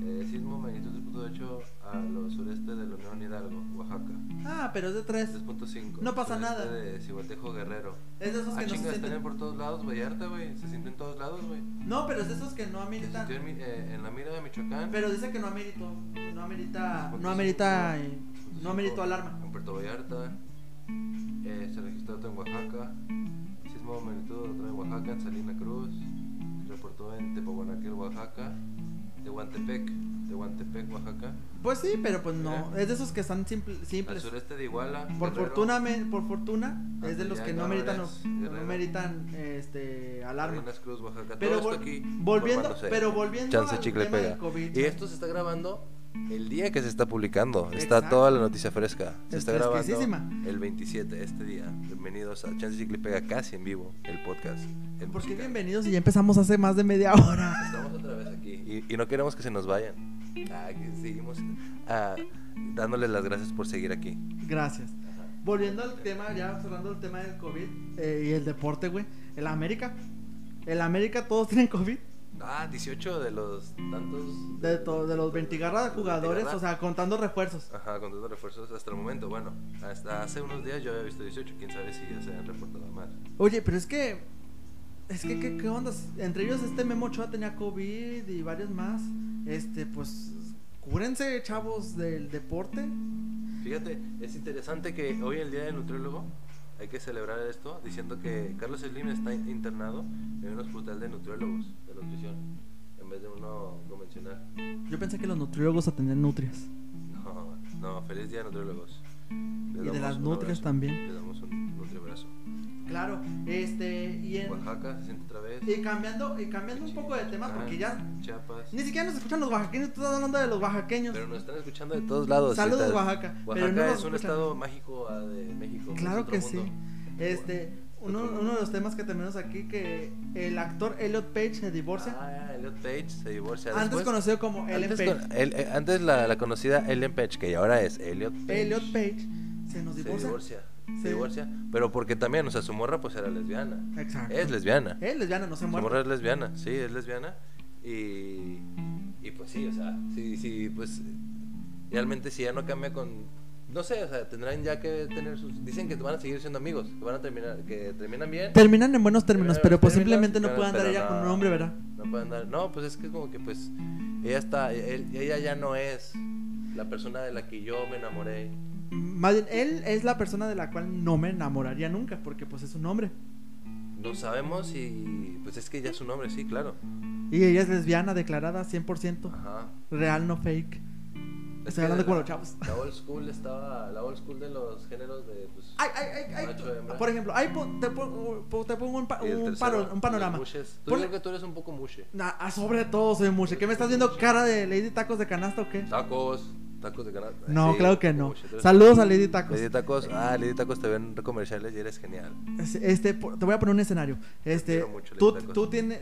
Speaker 1: Eh, sismo magnitud 3.8 al sureste de la Unión Hidalgo, Oaxaca.
Speaker 2: Ah, pero es de tres.
Speaker 1: 3.5.
Speaker 2: No pasa
Speaker 1: sureste
Speaker 2: nada.
Speaker 1: este De Cihuatejo Guerrero.
Speaker 2: Es de esos
Speaker 1: Ah,
Speaker 2: que no se
Speaker 1: chingas,
Speaker 2: sienten.
Speaker 1: están por todos lados, Vallarta, güey. Se sienten en todos lados, güey.
Speaker 2: No, pero es de esos que no
Speaker 1: Se
Speaker 2: ameritan.
Speaker 1: sintió en, mi- eh, en la mira de Michoacán.
Speaker 2: Pero dice que no ameritó. No amerita.
Speaker 1: Porque
Speaker 2: No
Speaker 1: sí,
Speaker 2: amerita.
Speaker 1: sí.
Speaker 2: eh,
Speaker 1: Entonces,
Speaker 2: No ameritó
Speaker 1: por-
Speaker 2: alarma.
Speaker 1: En Puerto Vallarta. eh, se registró otro en Oaxaca. Sismo de magnitud otro en Oaxaca, en Salina Cruz. Se reportó en Tepohuanaquel, Oaxaca. Tehuantepec, Tehuantepec, Oaxaca.
Speaker 2: Pues sí, pero pues no.
Speaker 1: Mira.
Speaker 2: Es de esos que están simple-
Speaker 1: Al
Speaker 2: simples.
Speaker 1: sureste de Iguala.
Speaker 2: pues. Por
Speaker 1: Guerrero,
Speaker 2: fortuna, me- por fortuna, es de los
Speaker 1: ya
Speaker 2: que no
Speaker 1: no
Speaker 2: ameritan,
Speaker 1: eres
Speaker 2: no- no
Speaker 1: guerrero.
Speaker 2: ameritan este, alarma.
Speaker 1: Salinas Cruz, Oaxaca.
Speaker 2: Pero
Speaker 1: Todo
Speaker 2: vol-
Speaker 1: esto aquí.
Speaker 2: volviendo,
Speaker 1: formándose.
Speaker 2: pero volviendo
Speaker 1: Chance
Speaker 2: al
Speaker 1: chicle
Speaker 2: tema
Speaker 1: pega.
Speaker 2: del COVID.
Speaker 1: Y esto se está grabando el día que se está publicando.
Speaker 2: Exacto.
Speaker 1: Está toda la noticia fresca. Se
Speaker 2: Es
Speaker 1: está grabando
Speaker 2: fresquisísima.
Speaker 1: el 27, este día. Bienvenidos a Chance chicle pega casi en vivo, el podcast. el
Speaker 2: ¿Por qué
Speaker 1: musical.
Speaker 2: bienvenidos si ya empezamos hace más de media hora?
Speaker 1: Estamos otra vez aquí y, y no queremos que se nos vayan. Ah, que seguimos ah, dándoles las gracias por seguir aquí.
Speaker 2: Gracias. Volviendo al tema, ya cerrando el tema del COVID eh, y el deporte, güey. El América. El América todos tienen COVID.
Speaker 1: Ah, 18 de los tantos.
Speaker 2: De, to- de los 20 garra
Speaker 1: de los
Speaker 2: jugadores,
Speaker 1: 20
Speaker 2: o sea, contando refuerzos.
Speaker 1: Ajá, con tantos refuerzos hasta el momento. Bueno, hasta hace unos días yo había visto 18, quién sabe si ya se han reportado más.
Speaker 2: Oye, pero es que. Es que, ¿qué, qué onda? Entre ellos, este Memo Ochoa tenía COVID y varios más. Este, pues. cúrense, chavos, del deporte.
Speaker 1: Fíjate, es interesante que hoy el Día del Nutriólogo hay que celebrar esto diciendo que Carlos Slim está in- internado en un hospital de nutriólogos de nutrición en vez de uno convencional.
Speaker 2: Yo pensé que los nutriólogos atendían nutrias.
Speaker 1: No, no, feliz Día de Nutriólogos. Le
Speaker 2: Y de
Speaker 1: damos
Speaker 2: las
Speaker 1: un
Speaker 2: nutrias
Speaker 1: abrazo,
Speaker 2: también.
Speaker 1: Le damos un nutribrazo.
Speaker 2: Claro, este, y en-
Speaker 1: Oaxaca se siente otra vez.
Speaker 2: Y cambiando, y cambiando un poco de tema, porque ya
Speaker 1: Chiapas.
Speaker 2: ni siquiera nos escuchan los oaxaqueños, tú estás hablando de los oaxaqueños.
Speaker 1: Pero nos están escuchando de todos lados.
Speaker 2: Saludos,
Speaker 1: Citas.
Speaker 2: Oaxaca, pero
Speaker 1: Oaxaca
Speaker 2: no nos
Speaker 1: es un
Speaker 2: escuchan.
Speaker 1: estado mágico ah, de México. es
Speaker 2: Claro
Speaker 1: otro
Speaker 2: que
Speaker 1: mundo.
Speaker 2: sí. Este, uno,
Speaker 1: Otro mundo.
Speaker 2: uno de los temas que tenemos aquí, que el actor Elliot Page se divorcia,
Speaker 1: Ah, Elliot Page se divorcia.
Speaker 2: antes
Speaker 1: Después-
Speaker 2: conocido como Ellen
Speaker 1: antes
Speaker 2: Page.
Speaker 1: con- el- eh, antes la, la conocida Ellen Page, que ahora es Elliot Page.
Speaker 2: Elliot Page se nos
Speaker 1: Se
Speaker 2: divorcia.
Speaker 1: divorcia.
Speaker 2: Sí.
Speaker 1: Se divorcia. Pero porque también, o sea, su morra pues era lesbiana.
Speaker 2: Exacto.
Speaker 1: Es lesbiana.
Speaker 2: Es lesbiana, no se
Speaker 1: Su
Speaker 2: muere.
Speaker 1: morra es lesbiana, sí, es lesbiana. Y, y pues sí, o sea, sí, sí, pues realmente si ya no cambia con... No sé, o sea, tendrán ya que tener sus... Dicen que van a seguir siendo amigos, que van a terminar, que terminan bien.
Speaker 2: Terminan en buenos términos,
Speaker 1: Terminan
Speaker 2: pero
Speaker 1: en
Speaker 2: pues
Speaker 1: términos,
Speaker 2: simplemente no
Speaker 1: pero-
Speaker 2: puede andar
Speaker 1: Eh, pero
Speaker 2: ella con un
Speaker 1: no.
Speaker 2: hombre, ¿verdad?
Speaker 1: No pueden dar... No, pues es que es como que pues ella está, él- ella ya no es la persona de la que yo me enamoré.
Speaker 2: Más bien, él es la persona de la cual no me enamoraría nunca, porque pues es un hombre.
Speaker 1: No sabemos y pues es que ya es un hombre, sí, claro.
Speaker 2: Y ella es lesbiana, declarada 100%.
Speaker 1: Ajá.
Speaker 2: Real, no fake.
Speaker 1: Es que
Speaker 2: Estoy hablando
Speaker 1: la-
Speaker 2: como los chavos.
Speaker 1: La old school estaba, la old school de los géneros de pues...
Speaker 2: Ay, ay, ay, ay,
Speaker 1: Macho, hembra.
Speaker 2: por ejemplo, ahí po- te, pon- po- te pongo un, pa-
Speaker 1: Y el
Speaker 2: un
Speaker 1: tercero,
Speaker 2: paro- un panorama.
Speaker 1: los mushes. Tú
Speaker 2: Ponle-
Speaker 1: creo que tú eres un poco mushe.
Speaker 2: Nah, ah, sobre todo soy mushe. ¿Qué me estás viendo cara de Lady Tacos de Canasta o qué?
Speaker 1: Tacos, tacos de canasta.
Speaker 2: No,
Speaker 1: Sí,
Speaker 2: claro que
Speaker 1: un poco
Speaker 2: no.
Speaker 1: mushe, tú eres-
Speaker 2: Saludos a Lady Tacos.
Speaker 1: Lady Tacos, ah, Lady Tacos te ven comerciales y eres genial.
Speaker 2: Es- Este, por- te voy a poner un escenario. Este,
Speaker 1: quiero mucho,
Speaker 2: tú,
Speaker 1: Lady Tacos.
Speaker 2: tú tienes,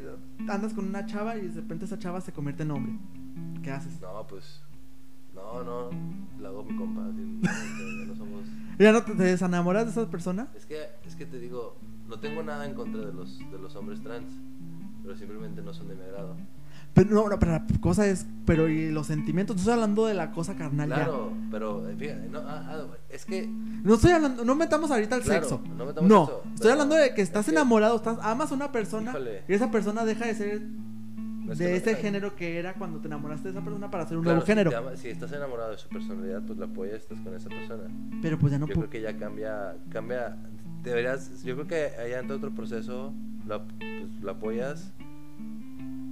Speaker 2: andas con una chava y de repente esa chava se convierte en hombre. ¿Qué haces?
Speaker 1: No, pues, no, no, la hago mi compa, así, no, ya no somos...
Speaker 2: ¿Ya no te, te desenamoras de esa persona?
Speaker 1: Es que, es que te digo, no tengo nada en contra de los, de los hombres trans, pero simplemente no son de mi agrado.
Speaker 2: Pero no, no, pero la cosa es, pero y los sentimientos, no estoy hablando de la cosa carnal ya.
Speaker 1: Claro, pero, eh, fíjate, no, ah, ah, es que...
Speaker 2: No estoy hablando, no metamos ahorita el
Speaker 1: Claro,
Speaker 2: sexo.
Speaker 1: no metamos
Speaker 2: No,
Speaker 1: sexo,
Speaker 2: estoy
Speaker 1: pero
Speaker 2: hablando de que
Speaker 1: es
Speaker 2: estás
Speaker 1: que-
Speaker 2: enamorado, estás, amas a una persona
Speaker 1: Híjole.
Speaker 2: y esa persona deja de ser
Speaker 1: no es que
Speaker 2: de
Speaker 1: no
Speaker 2: ese
Speaker 1: sea-
Speaker 2: género que era cuando te enamoraste de esa persona para hacer un
Speaker 1: Claro,
Speaker 2: nuevo género.
Speaker 1: Si, te ama- si estás enamorado de su personalidad, pues la apoyas, estás con esa persona.
Speaker 2: Pero pues ya no
Speaker 1: yo
Speaker 2: puedo.
Speaker 1: creo que ya cambia, cambia, deberías, yo creo que allá ante otro proceso la, pues, la apoyas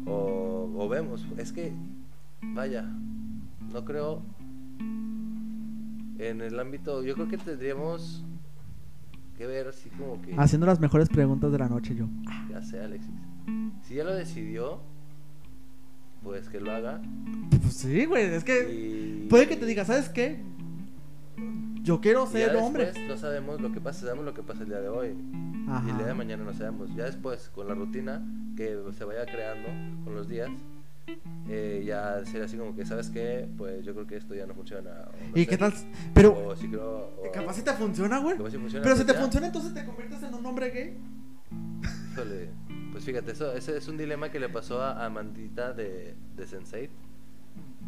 Speaker 1: o, o vemos, es que, vaya, no creo en el ámbito, yo creo que tendríamos que ver así como que,
Speaker 2: Haciendo las mejores preguntas de la noche yo.
Speaker 1: ya sea Alexis, si ya lo decidió, pues que lo haga.
Speaker 2: Pues sí, güey, es que
Speaker 1: y-
Speaker 2: puede que te diga, ¿sabes qué? Yo quiero
Speaker 1: y ya
Speaker 2: ser hombre.
Speaker 1: después No sabemos lo que pasa, sabemos lo que pasa el día de hoy.
Speaker 2: Ajá.
Speaker 1: Y el día de mañana no sabemos. Ya después, con la rutina que se vaya creando con los días, eh, ya será así como que, ¿sabes qué? Pues yo creo que esto ya no funciona. o no
Speaker 2: ¿Y
Speaker 1: sé.
Speaker 2: qué tal? Pero
Speaker 1: O si creo. o-
Speaker 2: capaz si te funciona, güey.
Speaker 1: capaz si funciona,
Speaker 2: Pero si
Speaker 1: pues
Speaker 2: te
Speaker 1: ya.
Speaker 2: funciona, entonces te conviertes en un hombre gay.
Speaker 1: Híjole, Pues fíjate, eso, ese es un dilema que le pasó a Amandita de, de Sensei.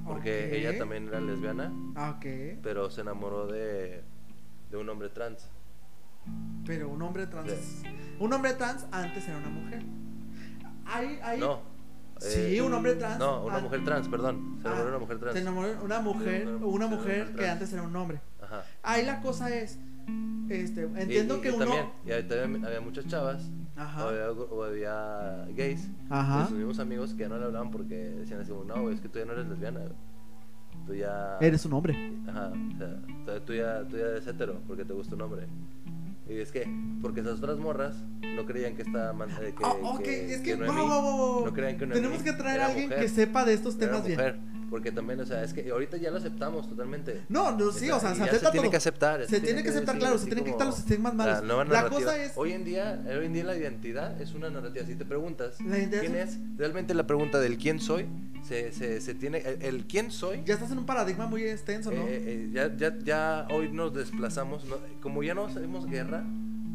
Speaker 1: Porque
Speaker 2: Ok.
Speaker 1: ella también era lesbiana,
Speaker 2: Ah, ok.
Speaker 1: pero se enamoró de, de un hombre trans.
Speaker 2: Pero un hombre trans.
Speaker 1: Sí.
Speaker 2: Un hombre trans antes era una mujer. Ahí, ahí.
Speaker 1: No. eh,
Speaker 2: Sí, un hombre trans.
Speaker 1: No, una
Speaker 2: Ah.
Speaker 1: mujer trans, perdón. Se enamoró de una mujer
Speaker 2: Se
Speaker 1: trans.
Speaker 2: enamoró de una mujer,
Speaker 1: Se enamoró-
Speaker 2: una
Speaker 1: se enamoró de una
Speaker 2: mujer
Speaker 1: mujer
Speaker 2: que
Speaker 1: trans.
Speaker 2: antes era un hombre.
Speaker 1: Ajá.
Speaker 2: Ahí la cosa es. Este, entiendo
Speaker 1: Y- y-
Speaker 2: que
Speaker 1: y
Speaker 2: uno.
Speaker 1: También, y ahí también había muchas chavas,
Speaker 2: Ajá.
Speaker 1: o había, o había gays,
Speaker 2: Ajá.
Speaker 1: de sus mismos amigos que ya no le hablaban porque decían así como, no, güey, es que tú ya no eres lesbiana, güey. tú ya...
Speaker 2: Eres un hombre.
Speaker 1: Ajá, o sea, tú- tú ya, tú ya eres hetero porque te gusta un hombre. Y es que, porque esas otras morras no creían que estaba... man- eh, que,
Speaker 2: Ah, ok,
Speaker 1: que-
Speaker 2: es
Speaker 1: que
Speaker 2: que.
Speaker 1: Noemí-
Speaker 2: wow, wow, wow, wow.
Speaker 1: no crean que Noemí
Speaker 2: Tenemos que traer
Speaker 1: era
Speaker 2: a alguien
Speaker 1: mujer,
Speaker 2: que sepa de estos
Speaker 1: era
Speaker 2: temas este bien.
Speaker 1: mujer, Porque también, o sea, es que ahorita ya lo aceptamos totalmente.
Speaker 2: No, no, sí, o sea,
Speaker 1: Y
Speaker 2: se
Speaker 1: ya
Speaker 2: acepta
Speaker 1: tiene
Speaker 2: todo.
Speaker 1: que aceptar.
Speaker 2: Se tiene que aceptar, claro, se tienen que quitar los estigmas malos.
Speaker 1: La,
Speaker 2: La cosa es-
Speaker 1: Hoy en, día, hoy en día la identidad es una narrativa. Si te preguntas
Speaker 2: La identidad
Speaker 1: quién
Speaker 2: es
Speaker 1: es, realmente la pregunta del quién soy, se, se, se tiene... El, el quién soy...
Speaker 2: Ya estás en un paradigma muy extenso, ¿no?
Speaker 1: eh, eh, ya, ya, ya hoy nos desplazamos, no- como ya no hacemos guerra,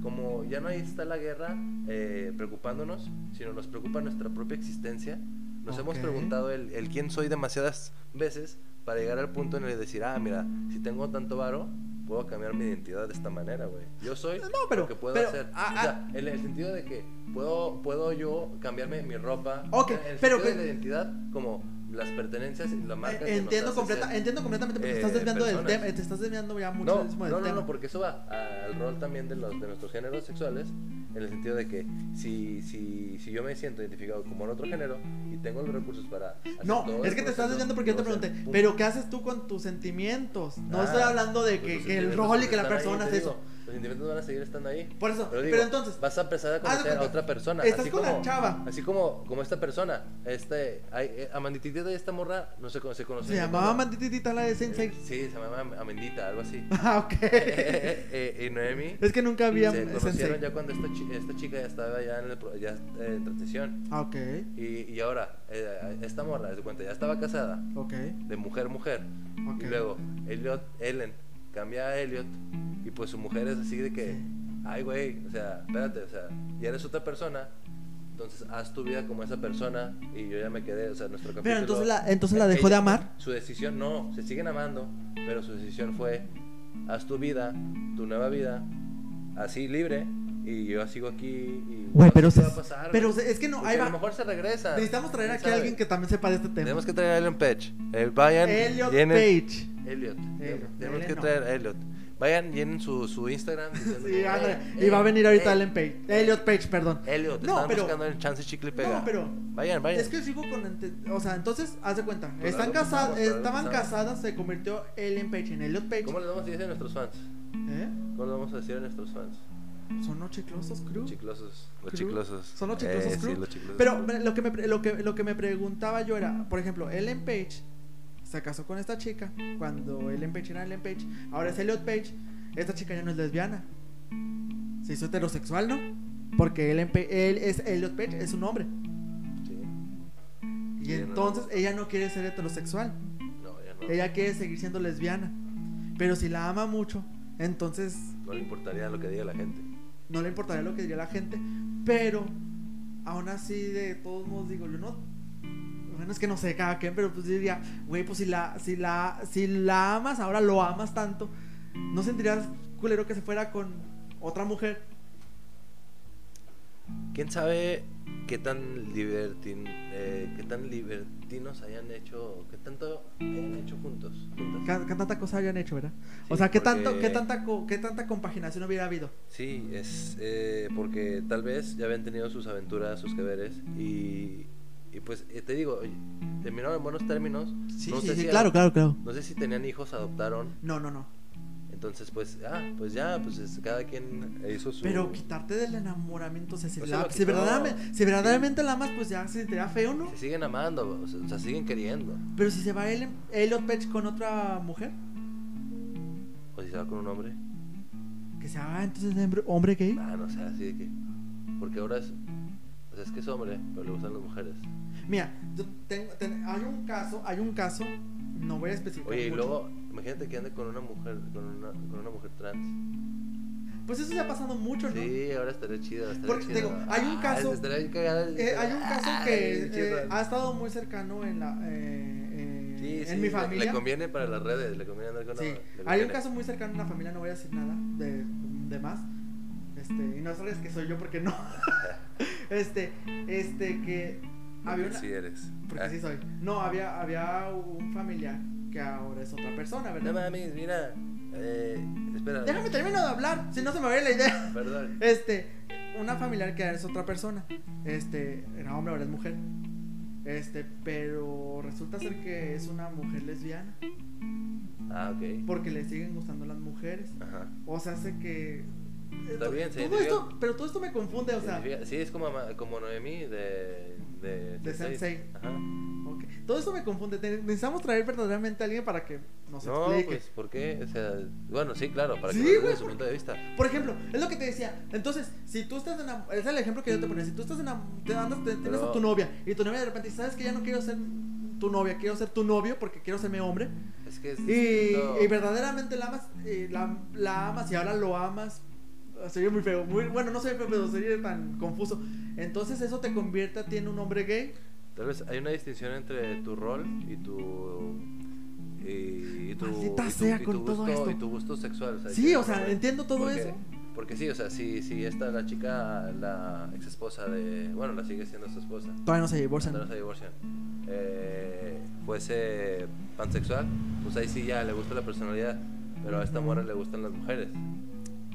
Speaker 1: como ya no ahí está la guerra eh, preocupándonos, sino nos preocupa nuestra propia existencia. Nos hemos
Speaker 2: Ok.
Speaker 1: preguntado el, el quién soy demasiadas veces para llegar al punto en el de decir, ah, mira, si tengo tanto varo, puedo cambiar mi identidad de esta manera, güey. Yo soy
Speaker 2: No, pero-
Speaker 1: lo que puedo
Speaker 2: pero,
Speaker 1: hacer.
Speaker 2: ah,
Speaker 1: o sea, en el sentido de que puedo, puedo yo cambiarme mi ropa.
Speaker 2: Ok,
Speaker 1: en el
Speaker 2: pero
Speaker 1: sentido
Speaker 2: que-
Speaker 1: de la identidad, como las pertenencias y la marca. que nos
Speaker 2: Entiendo,
Speaker 1: hace
Speaker 2: completa,
Speaker 1: ser-
Speaker 2: entiendo completamente porque
Speaker 1: eh,
Speaker 2: te estás desviando del
Speaker 1: personas.
Speaker 2: tema. Te estás desviando ya
Speaker 1: No,
Speaker 2: muchísimo del
Speaker 1: no, no,
Speaker 2: tema.
Speaker 1: no, porque eso va al rol también de, los, de nuestros géneros sexuales, en el sentido de que si, si, si yo me siento identificado como en otro género y tengo los recursos para... hacer
Speaker 2: No,
Speaker 1: todo
Speaker 2: es
Speaker 1: el
Speaker 2: que te estás
Speaker 1: proceso,
Speaker 2: desviando porque yo te
Speaker 1: o sea,
Speaker 2: pregunté,
Speaker 1: pum,
Speaker 2: pero ¿qué haces tú con tus sentimientos? No
Speaker 1: Ah,
Speaker 2: estoy hablando de
Speaker 1: pues
Speaker 2: que,
Speaker 1: los
Speaker 2: que el
Speaker 1: sentimientos
Speaker 2: rol y que la
Speaker 1: están ahí,
Speaker 2: persona
Speaker 1: te
Speaker 2: es
Speaker 1: digo,
Speaker 2: eso.
Speaker 1: Los sentimientos van a seguir estando ahí.
Speaker 2: Por eso, pero,
Speaker 1: Pero, digo,
Speaker 2: entonces,
Speaker 1: vas a empezar a
Speaker 2: haz de
Speaker 1: conocer a
Speaker 2: cuenta,
Speaker 1: otra persona.
Speaker 2: estás
Speaker 1: así
Speaker 2: con la
Speaker 1: como-
Speaker 2: chava.
Speaker 1: Así como, como esta persona, este, hay, eh, Amanditita y esta morra no se, cono- se conocen.
Speaker 2: se llamaba Mandititita la de Sensei.
Speaker 1: Sí, se llamaba Amendita, algo así.
Speaker 2: Ah, ok.
Speaker 1: Eh, eh, eh, y Noemi
Speaker 2: es que nunca había
Speaker 1: se conocieron
Speaker 2: Sensei.
Speaker 1: ya cuando esta, chi- esta chica ya estaba ya en, el pro- ya, eh, en transición.
Speaker 2: Ah, ok,
Speaker 1: Y, y ahora, eh, esta morra, haz de cuenta, ya estaba casada,
Speaker 2: ok.
Speaker 1: de mujer mujer.
Speaker 2: Ok.
Speaker 1: Y luego, Elliot, Ellen, cambia a Elliot. Y pues su mujer es así de que,
Speaker 2: Sí.
Speaker 1: ay, güey, o sea, espérate, o sea, ya eres otra persona. Entonces haz tu vida como esa persona. Y yo ya me quedé, o sea, nuestro capítulo.
Speaker 2: Pero entonces la, entonces la dejó de
Speaker 1: Ella-
Speaker 2: amar.
Speaker 1: Su decisión, no, se siguen amando, pero su decisión fue, haz tu vida, tu nueva vida, así libre, y yo sigo aquí y...
Speaker 2: Güey,
Speaker 1: no
Speaker 2: pero,
Speaker 1: sé
Speaker 2: se,
Speaker 1: qué va a pasar,
Speaker 2: pero
Speaker 1: güey.
Speaker 2: se- es que no,
Speaker 1: Porque
Speaker 2: ahí
Speaker 1: A lo
Speaker 2: va.
Speaker 1: mejor se regresa.
Speaker 2: Necesitamos traer
Speaker 1: ¿Quién
Speaker 2: aquí a alguien
Speaker 1: Ah, sabe?
Speaker 2: que también sepa de este tema.
Speaker 1: Tenemos que traer a Ellen Page. Eh, vayan,
Speaker 2: Elliot
Speaker 1: llenen-
Speaker 2: Page. Eh,
Speaker 1: Elliot.
Speaker 2: Elliot,
Speaker 1: Tenemos
Speaker 2: Ellen
Speaker 1: que
Speaker 2: no.
Speaker 1: traer a Elliot. Vayan, llenen su, su Instagram. diciendo,
Speaker 2: Sí,
Speaker 1: eh,
Speaker 2: ándale.
Speaker 1: eh,
Speaker 2: y va a venir ahorita
Speaker 1: eh,
Speaker 2: Ellen Page. Elliot Page, perdón.
Speaker 1: Elliot,
Speaker 2: No,
Speaker 1: estaban
Speaker 2: pero-
Speaker 1: buscando el chance chicle y pega.
Speaker 2: No, pero
Speaker 1: Vayan, vayan.
Speaker 2: Es que sigo con. ante- O sea, entonces, haz de cuenta.
Speaker 1: Pues
Speaker 2: Están
Speaker 1: algo pasaba,
Speaker 2: casadas,
Speaker 1: pero algo
Speaker 2: estaban
Speaker 1: pasaba.
Speaker 2: casadas, se convirtió Ellen Page en Elliot Page.
Speaker 1: ¿Cómo les vamos a decir a nuestros fans?
Speaker 2: ¿Eh?
Speaker 1: ¿Cómo les vamos a decir a nuestros fans?
Speaker 2: Son los chiclosos, crew.
Speaker 1: Chiclosos, los
Speaker 2: Crew.
Speaker 1: chiclosos.
Speaker 2: Son los chiclosos,
Speaker 1: Eh, sí,
Speaker 2: crew.
Speaker 1: los chiclosos.
Speaker 2: Pero mira, lo que, me, pre- lo, que, lo que me preguntaba yo era, por ejemplo, Ellen Page se casó con esta chica cuando Ellen Page era Ellen Page. Ahora es Elliot Page. Esta chica ya no es lesbiana. Se hizo heterosexual, ¿no? Porque Ellen Pa- él es Elliot Page, es un hombre.
Speaker 1: Sí.
Speaker 2: Y
Speaker 1: Sí, no, no.
Speaker 2: entonces ella no quiere ser heterosexual.
Speaker 1: No, ya no.
Speaker 2: Ella quiere seguir siendo lesbiana. Pero si la ama mucho, entonces
Speaker 1: No le importaría lo que diga la gente.
Speaker 2: no le importaría lo que diría la gente. Pero aún así, de todos modos, digo, yo no. Bueno, es que no sé cada quien, pero pues yo diría, güey, pues si la, si la, si la amas, ahora lo amas tanto, ¿no sentirías culero que se fuera con otra mujer?
Speaker 1: ¿Quién sabe qué tan libertin, eh, qué tan libertinos hayan hecho, qué tanto hayan hecho juntos, juntas?
Speaker 2: ¿Qué, qué tanta cosa habían hecho, verdad? o
Speaker 1: Sí,
Speaker 2: sea, ¿qué,
Speaker 1: porque-
Speaker 2: tanto, qué, tanta, co- ¿qué tanta compaginación hubiera habido?
Speaker 1: Sí, es eh, porque tal vez ya habían tenido sus aventuras, sus que veres, y, y pues eh, te digo, oye, terminaron en buenos términos.
Speaker 2: Sí,
Speaker 1: no
Speaker 2: sí,
Speaker 1: sé
Speaker 2: sí,
Speaker 1: si
Speaker 2: claro,
Speaker 1: adop-
Speaker 2: claro, claro.
Speaker 1: No sé si tenían hijos, adoptaron.
Speaker 2: No, no, no.
Speaker 1: Entonces, pues, ah, pues ya, pues es- cada quien hizo su.
Speaker 2: Pero quitarte del enamoramiento, o sea, si,
Speaker 1: Pues
Speaker 2: la-
Speaker 1: se lo
Speaker 2: si
Speaker 1: quitó.
Speaker 2: verdaderamente, si verdaderamente la amas, pues ya se sentirá feo, ¿no?
Speaker 1: Se siguen amando, o sea, o sea, siguen queriendo.
Speaker 2: Pero si se va Ellen, Elliot Page con otra mujer,
Speaker 1: O si se va con un hombre.
Speaker 2: que se haga entonces hembre- hombre gay.
Speaker 1: Ah, no sé, así de que. Porque ahora es. O sea, es que es hombre, pero le gustan las mujeres.
Speaker 2: Mira, yo tengo- ten- hay un caso, hay un caso, no voy a especificar.
Speaker 1: Oye, y
Speaker 2: mucho.
Speaker 1: luego, imagínate que ande con una mujer, con una, con una mujer trans.
Speaker 2: Pues eso se ha pasado mucho, ¿no?
Speaker 1: Sí, ahora estaría chido, estaría
Speaker 2: Porque,
Speaker 1: chido.
Speaker 2: digo, hay un
Speaker 1: Ah,
Speaker 2: caso-
Speaker 1: estaría bien cagado.
Speaker 2: Eh, hay un caso
Speaker 1: Ah,
Speaker 2: que
Speaker 1: Ay, chido.
Speaker 2: eh, ha estado muy cercano en la eh, eh,
Speaker 1: Sí, sí,
Speaker 2: en mi
Speaker 1: le-
Speaker 2: familia.
Speaker 1: Le conviene para las redes, le conviene andar con
Speaker 2: Sí,
Speaker 1: una. le
Speaker 2: hay un
Speaker 1: conviene.
Speaker 2: caso muy cercano en una familia, no voy a decir nada de, de más. Este, y no sabes que soy yo porque no. este, este, que había
Speaker 1: Porque
Speaker 2: una.
Speaker 1: sí eres.
Speaker 2: Porque
Speaker 1: Ah.
Speaker 2: sí soy. No, había, había un familiar que ahora es otra persona,
Speaker 1: No
Speaker 2: ¿verdad?
Speaker 1: mames, mira. Eh, espera.
Speaker 2: Déjame termino de hablar, si no se me va a ir la idea.
Speaker 1: Perdón.
Speaker 2: Este, una familiar que es otra persona. Este, era hombre, ahora es mujer. Este, pero resulta ser que es una mujer lesbiana.
Speaker 1: Ah, ok.
Speaker 2: Porque le siguen gustando las mujeres.
Speaker 1: Ajá.
Speaker 2: O sea, hace que. eh,
Speaker 1: Está bien, se
Speaker 2: todo
Speaker 1: identifica.
Speaker 2: esto, Pero todo esto me confunde, o sea.
Speaker 1: Significa- sí, es como, ama- como Noemí de. De,
Speaker 2: De Sensei.
Speaker 1: Ajá.
Speaker 2: ok, Todo esto me confunde. Te- Necesitamos traer verdaderamente a alguien para que nos
Speaker 1: No,
Speaker 2: explique.
Speaker 1: pues, ¿por qué? O sea, bueno, sí, claro, para que
Speaker 2: Sí,
Speaker 1: nos
Speaker 2: güey,
Speaker 1: dé su
Speaker 2: ¿por
Speaker 1: punto de vista.
Speaker 2: Por ejemplo, es lo que te decía. Entonces, si tú estás enamorado. Es el ejemplo que yo te ponía. Si tú estás enamorado. Te andas, te- tienes
Speaker 1: Pero-
Speaker 2: a tu novia. Y tu novia de repente dice: Sabes que ya no quiero ser tu novia. Quiero ser tu novio porque quiero serme hombre.
Speaker 1: Es que es.
Speaker 2: Y,
Speaker 1: distinto.
Speaker 2: y verdaderamente la amas. eh, la, la amas y ahora lo amas. Sería muy feo. Muy, bueno, no sé, pero sería tan confuso. Entonces, eso te convierte a ti en un hombre gay.
Speaker 1: Tal vez hay una distinción entre tu rol y tu. Y, y tu, y
Speaker 2: Maldita
Speaker 1: tu-
Speaker 2: sea
Speaker 1: y tu
Speaker 2: con
Speaker 1: gusto,
Speaker 2: todo esto.
Speaker 1: y tu gusto sexual. O sea,
Speaker 2: Sí,
Speaker 1: yo-
Speaker 2: o sea, entiendo todo
Speaker 1: porque,
Speaker 2: eso.
Speaker 1: Porque sí, o sea, si, si esta, la chica, la ex esposa de. Bueno, la sigue siendo su esposa.
Speaker 2: Todavía no se divorcian.
Speaker 1: Cuando no se divorcian. Eh, fuese pansexual, pues ahí sí ya le gusta la personalidad, pero a esta morra le gustan las mujeres.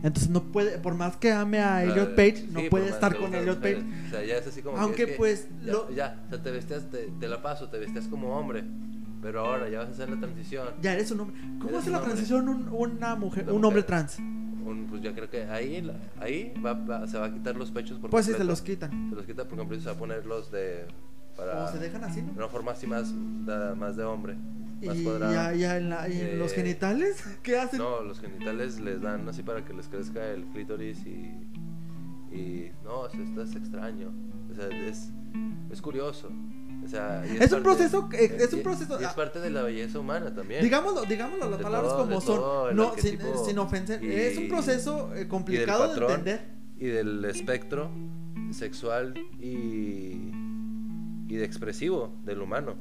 Speaker 2: Entonces no puede, por más que ame a
Speaker 1: Pero,
Speaker 2: Elliot Page,
Speaker 1: sí,
Speaker 2: no
Speaker 1: por
Speaker 2: puede
Speaker 1: más
Speaker 2: estar
Speaker 1: que
Speaker 2: con
Speaker 1: gustan las
Speaker 2: Elliot Page.
Speaker 1: mujeres. O sea, ya es así como que
Speaker 2: Aunque,
Speaker 1: es que
Speaker 2: pues,
Speaker 1: ya,
Speaker 2: lo-
Speaker 1: ya, o sea, te vestías, te, te la paso, te vestías como hombre, pero ahora ya vas a hacer la transición.
Speaker 2: Ya eres un hombre. ¿Cómo
Speaker 1: Eres
Speaker 2: hace
Speaker 1: un
Speaker 2: la
Speaker 1: hombre.
Speaker 2: transición un, una mujer,
Speaker 1: Una
Speaker 2: un hombre
Speaker 1: mujer.
Speaker 2: trans?
Speaker 1: Un- pues yo creo que ahí, ahí va, va- se va a quitar los pechos por
Speaker 2: Pues si se
Speaker 1: completo.
Speaker 2: los quitan.
Speaker 1: Se los quita por completo y se va a poner los de... Para,
Speaker 2: O se dejan así,
Speaker 1: de
Speaker 2: ¿no?
Speaker 1: una forma así más, da- más de hombre, más
Speaker 2: Y
Speaker 1: cuadrada.
Speaker 2: ya, ya en, la- y en los
Speaker 1: Eh,
Speaker 2: genitales, ¿qué hacen?
Speaker 1: No, los genitales les dan así para que les crezca el clítoris y. y no, eso esto es extraño. O sea, es, es curioso. O sea, y
Speaker 2: Es un proceso que-
Speaker 1: eh,
Speaker 2: es un
Speaker 1: y-
Speaker 2: proceso- ah,
Speaker 1: y es parte de la belleza humana también.
Speaker 2: Digámoslo, digámoslo las
Speaker 1: De
Speaker 2: palabras
Speaker 1: todo,
Speaker 2: como
Speaker 1: de
Speaker 2: son.
Speaker 1: todo, el
Speaker 2: no, sin,
Speaker 1: arquetipo
Speaker 2: sin ofender.
Speaker 1: y-
Speaker 2: es un proceso eh, complicado de
Speaker 1: patrón.
Speaker 2: entender.
Speaker 1: Y del espectro sexual y. y de expresivo del humano.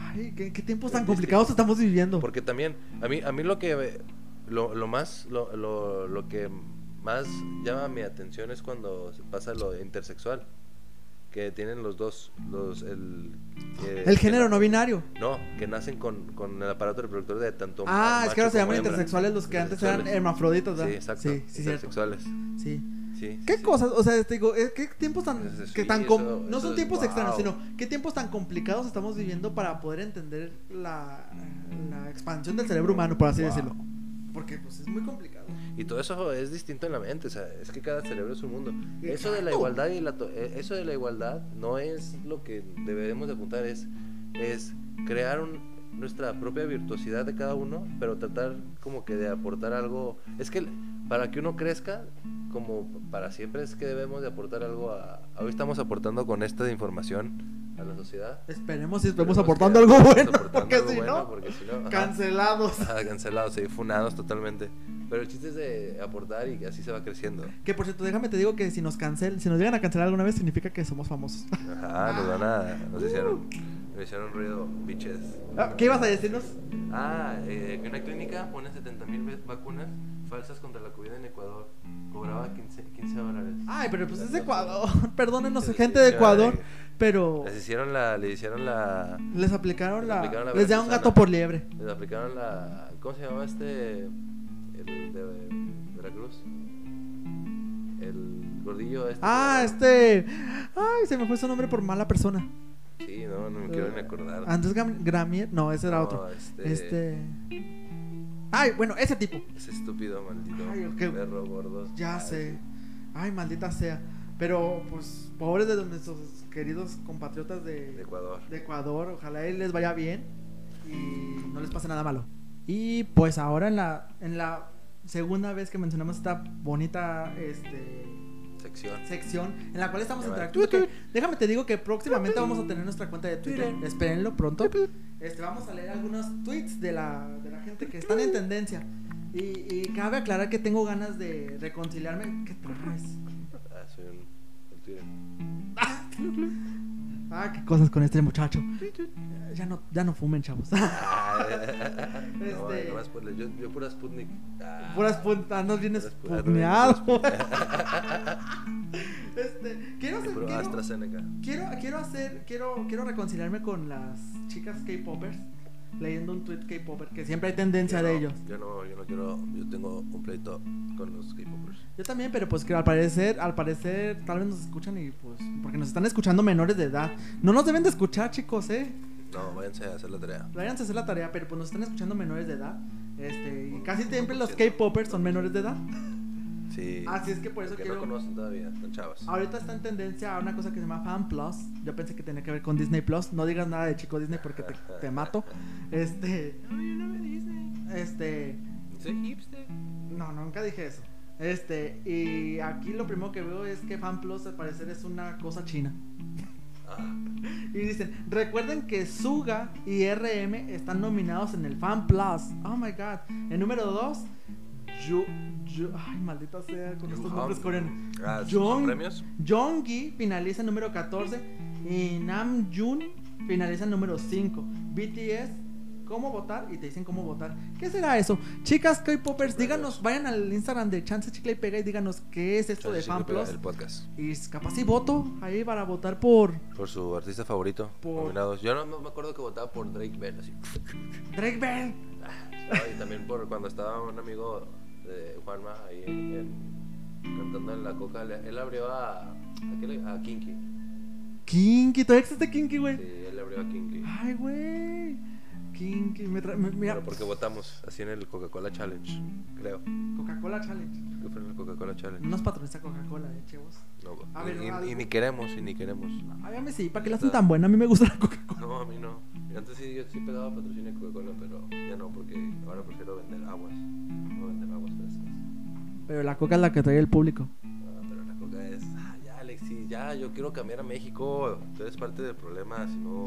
Speaker 2: Ay, qué, qué tiempos tan
Speaker 1: Es
Speaker 2: complicados
Speaker 1: distinto.
Speaker 2: estamos viviendo.
Speaker 1: Porque también, a mí, a mí lo que lo, lo más lo, lo, lo que más llama mi atención es cuando se pasa lo intersexual. Que tienen los dos, los el, eh,
Speaker 2: el género
Speaker 1: que-
Speaker 2: no binario.
Speaker 1: No, que nacen con, con el aparato reproductor de tanto
Speaker 2: Ah, es que
Speaker 1: macho
Speaker 2: ahora se
Speaker 1: como
Speaker 2: llaman
Speaker 1: hembra.
Speaker 2: intersexuales los que antes eran
Speaker 1: Intersexuales.
Speaker 2: hermafroditas, ¿verdad?
Speaker 1: Sí, exacto.
Speaker 2: Sí, sí, cierto.
Speaker 1: intersexuales.
Speaker 2: Sí.
Speaker 1: Sí, sí,
Speaker 2: ¿Qué
Speaker 1: sí.
Speaker 2: cosas? O sea, te digo, eh, ¿qué tiempos tan...
Speaker 1: Entonces,
Speaker 2: que
Speaker 1: sí,
Speaker 2: tan com-
Speaker 1: eso-
Speaker 2: no
Speaker 1: eso
Speaker 2: son
Speaker 1: es
Speaker 2: tiempos
Speaker 1: wow.
Speaker 2: extraños, sino qué tiempos tan complicados estamos viviendo para poder entender la, la expansión del cerebro humano, por así
Speaker 1: Wow.
Speaker 2: decirlo. Porque pues es muy complicado.
Speaker 1: Y todo eso es distinto en la mente, o sea, es que cada cerebro es un mundo. Eso
Speaker 2: Exacto.
Speaker 1: de la igualdad y la to- eh, eso de la igualdad no es lo que debemos de apuntar, es, es crear un- nuestra propia virtuosidad de cada uno, pero tratar como que de aportar algo. Es que para que uno crezca, como para siempre, es que debemos de aportar algo a... Hoy estamos aportando con esta información a la sociedad. pues
Speaker 2: Esperemos si estemos
Speaker 1: Esperemos
Speaker 2: aportando
Speaker 1: que
Speaker 2: algo
Speaker 1: estemos
Speaker 2: bueno,
Speaker 1: aportando
Speaker 2: porque,
Speaker 1: algo
Speaker 2: si
Speaker 1: bueno,
Speaker 2: no,
Speaker 1: porque si no, ajá.
Speaker 2: cancelados.
Speaker 1: Ajá, cancelados, sí, funados totalmente. Pero el chiste es de aportar y así se va creciendo.
Speaker 2: Que por cierto, déjame te digo que si nos cancelan, si nos llegan a cancelar alguna vez, significa que somos famosos.
Speaker 1: Ajá, nos van a. Nos hicieron,
Speaker 2: Uh.
Speaker 1: nos hicieron ruido, biches.
Speaker 2: Ah, ¿Qué ibas a decirnos?
Speaker 1: Ah, eh, que una clínica pone 70 mil vacunas falsas contra la COVID en Ecuador. Cobraba 15, 15 dólares.
Speaker 2: Ay, pero pues es
Speaker 1: Las
Speaker 2: Ecuador. Perdónenos,
Speaker 1: Sí, sí,
Speaker 2: gente de
Speaker 1: sí,
Speaker 2: Ecuador,
Speaker 1: madre.
Speaker 2: pero
Speaker 1: Les hicieron la. Les hicieron la.
Speaker 2: les aplicaron
Speaker 1: les
Speaker 2: la.
Speaker 1: aplicaron la
Speaker 2: Les da un
Speaker 1: veracruzana.
Speaker 2: gato por liebre.
Speaker 1: Les aplicaron la. ¿Cómo se llamaba este. El de Veracruz? El gordillo este.
Speaker 2: Ah, este. Ay, se me fue su nombre por mala persona.
Speaker 1: Sí, no, no me quiero ni acordar.
Speaker 2: Andrés Gam- Gramier. No, ese era
Speaker 1: No,
Speaker 2: otro.
Speaker 1: este-
Speaker 2: Este... Ay, bueno, ese tipo.
Speaker 1: Es estúpido, maldito.
Speaker 2: Ay, el que-
Speaker 1: Perro gordo.
Speaker 2: Ya
Speaker 1: Ay,
Speaker 2: sé. Ay, maldita sea. Pero, pues, pobres de nuestros queridos compatriotas de,
Speaker 1: De Ecuador.
Speaker 2: de Ecuador. Ojalá y les vaya bien y no les pase nada malo. Y pues ahora en la, en la segunda vez que mencionamos esta bonita este,
Speaker 1: Sección.
Speaker 2: sección en la cual estamos
Speaker 1: Ya va.
Speaker 2: interactuando. que- déjame te digo que próximamente vamos a tener nuestra cuenta de Twitter.
Speaker 1: Twitter.
Speaker 2: Espérenlo pronto. Este, vamos a leer algunos tweets de la, de la gente que están en tendencia. Y, y cabe aclarar que tengo ganas de reconciliarme. ¿Qué traes?
Speaker 1: Ah, soy un. el Twitter.
Speaker 2: Ah, qué cosas con este muchacho. Ya no, ya no fumen, chavos.
Speaker 1: Ah, no,
Speaker 2: Este-
Speaker 1: nomás por la- yo, yo pura Sputnik. Ah,
Speaker 2: Puras puntas, andas bien
Speaker 1: puras pu-
Speaker 2: espumeado.
Speaker 1: puras
Speaker 2: Este, quiero
Speaker 1: Sputnik. Y
Speaker 2: hacer,
Speaker 1: puro
Speaker 2: quiero,
Speaker 1: AstraZeneca.
Speaker 2: quiero, quiero hacer, quiero, quiero reconciliarme con las chicas K-popers leyendo un tweet K-popper que siempre hay tendencia
Speaker 1: Yo
Speaker 2: de
Speaker 1: no,
Speaker 2: ellos.
Speaker 1: Yo no, yo no quiero. Yo tengo un pleito con los K-popers.
Speaker 2: Yo también, pero pues que al parecer, al parecer, tal vez nos escuchan y pues, porque nos están escuchando menores de edad. No nos deben de escuchar, chicos, eh.
Speaker 1: No, váyanse a hacer la tarea.
Speaker 2: Váyanse a hacer la tarea, pero pues nos están escuchando menores de edad. Este, y casi siempre los K-popers son menores de edad.
Speaker 1: Sí.
Speaker 2: Así Ah, es que por eso
Speaker 1: porque
Speaker 2: quiero- Ah.
Speaker 1: no conocen todavía, están chavas.
Speaker 2: Ahorita está en tendencia a una cosa que se llama Fan Plus. Yo pensé que tenía que ver con Disney Plus. No digas nada de chico Disney porque te, te mato. Este, este,
Speaker 1: Soy hipster.
Speaker 2: no, nunca dije eso. Este, y aquí lo primero que veo es que Fan Plus al parecer es una cosa china.
Speaker 1: Ah,
Speaker 2: Y dicen, recuerden que Suga y RM están nominados en el Fan Plus. Oh my god. El número 2, yo, ay, maldita sea, con estos
Speaker 1: Yuhan.
Speaker 2: nombres coreanos.
Speaker 1: Ah,
Speaker 2: Young-
Speaker 1: ¿Son premios?
Speaker 2: Jonggi finaliza en número 14 y Namjoon finaliza en número 5. BTS cómo votar y te dicen cómo votar. ¿Qué será eso? Chicas K-Poppers, díganos, vayan al Instagram de Chance Chicle y Pega y díganos qué es esto de
Speaker 1: Chance, chicle, pega,
Speaker 2: FanPlus.
Speaker 1: El podcast.
Speaker 2: Y capaz si voto ahí para votar por
Speaker 1: Por su artista favorito.
Speaker 2: Por-
Speaker 1: Nominados. Yo no, no me acuerdo que votaba por Drake Bell. Así.
Speaker 2: Drake Bell.
Speaker 1: Ah, y también por cuando estaba un amigo de Juanma ahí en- en- cantando en la coca. le- Él abrió a, a, qué le- a Kinky.
Speaker 2: Kinky, todavía existe Kinky, güey.
Speaker 1: Sí, él abrió a Kinky.
Speaker 2: Ay, güey. Kinky, me tra- me- mira,
Speaker 1: Pero porque votamos así en el Coca-Cola Challenge, creo.
Speaker 2: Coca-Cola Challenge.
Speaker 1: Que fue en el Coca-Cola Challenge.
Speaker 2: No nos patroniza Coca-Cola, eh, chavos.
Speaker 1: No,
Speaker 2: A
Speaker 1: y,
Speaker 2: ver,
Speaker 1: y-
Speaker 2: algo.
Speaker 1: y ni queremos, y ni queremos.
Speaker 2: Ay, a mí sí, ¿para qué la hacen tan buena? A mí me gusta la Coca-Cola.
Speaker 1: No, a mí no. Antes sí, yo sí pegaba patrocinio de Coca-Cola, pero ya no, porque ahora prefiero vender aguas. No vender aguas frescas.
Speaker 2: Pero la Coca es la que trae el público.
Speaker 1: Ah, pero la coca es, "Ah, ya Alexis, ya, yo quiero cambiar a México. Tú eres parte del problema si no,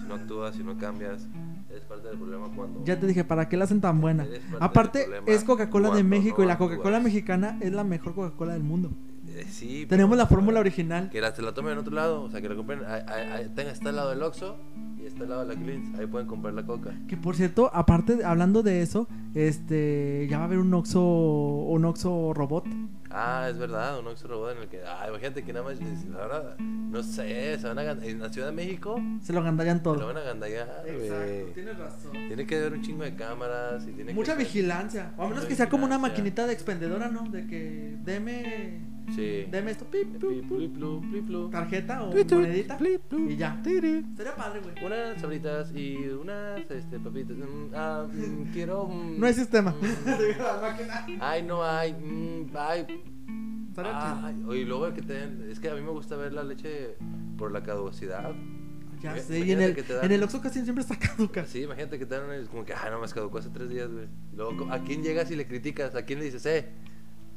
Speaker 1: si no actúas, si no cambias. Eres parte del problema cuando...
Speaker 2: Ya te dije, ¿para qué la hacen tan buena?
Speaker 1: Eres parte
Speaker 2: Aparte,
Speaker 1: del problema
Speaker 2: es Coca-Cola de
Speaker 1: cuando
Speaker 2: México
Speaker 1: no
Speaker 2: y la
Speaker 1: actúas.
Speaker 2: Coca-Cola mexicana es la mejor Coca-Cola del mundo.
Speaker 1: Eh, sí, pero-
Speaker 2: Tenemos la fórmula original.
Speaker 1: Que la, se la tomen en otro lado, o sea, que la compren... a- a- a- tenga, está al lado del Oxxo y está al lado de la Cleans. Ahí pueden comprar la coca.
Speaker 2: Que por cierto, aparte, de- hablando de eso, este ya va a haber un Oxxo, un Oxxo robot.
Speaker 1: Ah, es verdad, un Oxxo robot en el que... Ah, imagínate que nada más... Ahora, no sé, se van a... gan- En la Ciudad de México
Speaker 2: Se lo gandarían
Speaker 1: se lo
Speaker 2: todo.
Speaker 1: van a gandallar, güey.
Speaker 2: tienes razón.
Speaker 1: Tiene que haber un chingo de cámaras y tiene
Speaker 2: Mucha
Speaker 1: que ser-
Speaker 2: vigilancia. O a menos
Speaker 1: Mucha
Speaker 2: que sea como una
Speaker 1: vigilancia.
Speaker 2: maquinita de expendedora, ¿no? De que deme.
Speaker 1: Sí.
Speaker 2: Deme esto. pip, pip, pip, tarjeta o monedita. Y ya. Sería padre, güey.
Speaker 1: Unas sabritas y unas este, papitas. Mm, ah, mm, quiero. mm,
Speaker 2: No hay sistema.
Speaker 1: mm,
Speaker 2: La máquina.
Speaker 1: ay, no hay. mm, ay.
Speaker 2: Estaría chido.
Speaker 1: ay, oye, y luego que te den- Es que a mí me gusta ver la leche por la caducidad.
Speaker 2: Ya
Speaker 1: Imagínate
Speaker 2: sé, y en el,
Speaker 1: que te dan-
Speaker 2: en el Oxxo casi siempre está caduca.
Speaker 1: Sí, imagínate que te dan. el- Como que, ah, no más caducó hace tres días, güey. Luego, ¿a quién llegas y le criticas? ¿A quién le dices, eh?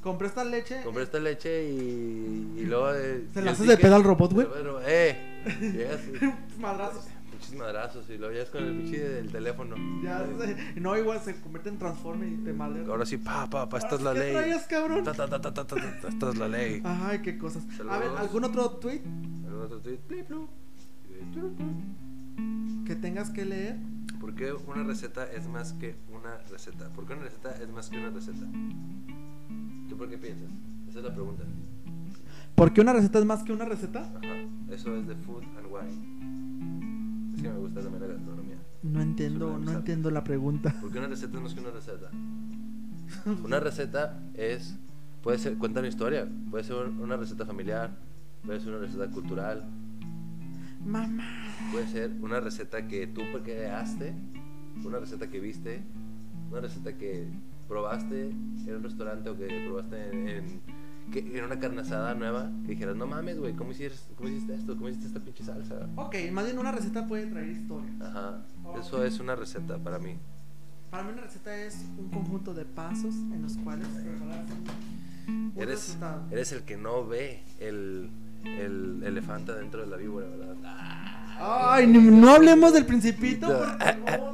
Speaker 2: Compré esta leche.
Speaker 1: Compré esta leche y, y luego. eh,
Speaker 2: ¿Se
Speaker 1: y
Speaker 2: la
Speaker 1: el
Speaker 2: haces de
Speaker 1: ticket,
Speaker 2: pedo al robot, güey?
Speaker 1: Pero, eh. Llegas y.
Speaker 2: eh, Madrazos.
Speaker 1: Pinches madrazos y lo llevas con el pinche del teléfono.
Speaker 2: Ya
Speaker 1: Eh,
Speaker 2: sé. No, igual se convierte en Transformer y te madre.
Speaker 1: Ahora sí, pa, pa, pa, esta es
Speaker 2: ¿Qué
Speaker 1: la ley.
Speaker 2: traías, cabrón?
Speaker 1: Ta, ta, ta, ta, ta, ta, ta, esta es la ley.
Speaker 2: Ay, qué cosas. A ver,
Speaker 1: Saludos.
Speaker 2: ¿algún otro tweet
Speaker 1: El otro tweet, pli, plu. Eh, tru, tru.
Speaker 2: que tengas que leer?
Speaker 1: ¿Por qué una receta es más que una receta? ¿Por qué una receta es más que una receta? ¿Tú por qué piensas? Esa es la pregunta.
Speaker 2: ¿Por qué una receta es más que una receta?
Speaker 1: Ajá. Eso es de Food and Wine. Es que me gusta también la gastronomía.
Speaker 2: No entiendo, no
Speaker 1: Suena
Speaker 2: entiendo la pregunta.
Speaker 1: ¿Por qué una receta no es que una receta? Una receta es, puede ser, cuenta una historia, puede ser una receta familiar, puede ser una receta cultural,
Speaker 2: Mamá.
Speaker 1: puede ser una receta que tú creaste, una receta que viste, una receta que probaste en un restaurante o que probaste en, en- que, en una carne asada nueva, que dijeras, no mames, güey, ¿cómo hiciste, ¿cómo hiciste esto? ¿Cómo hiciste esta pinche salsa?
Speaker 2: Ok, más bien una receta puede traer historia.
Speaker 1: Ajá, eso es una receta para mí.
Speaker 2: Para mí una receta es un conjunto de pasos en los cuales se logra un
Speaker 1: Eres,
Speaker 2: resultado.
Speaker 1: eres el que no ve el, el elefante dentro de la víbora, ¿verdad?
Speaker 2: Ay, ni- no hablemos del principito, por favor.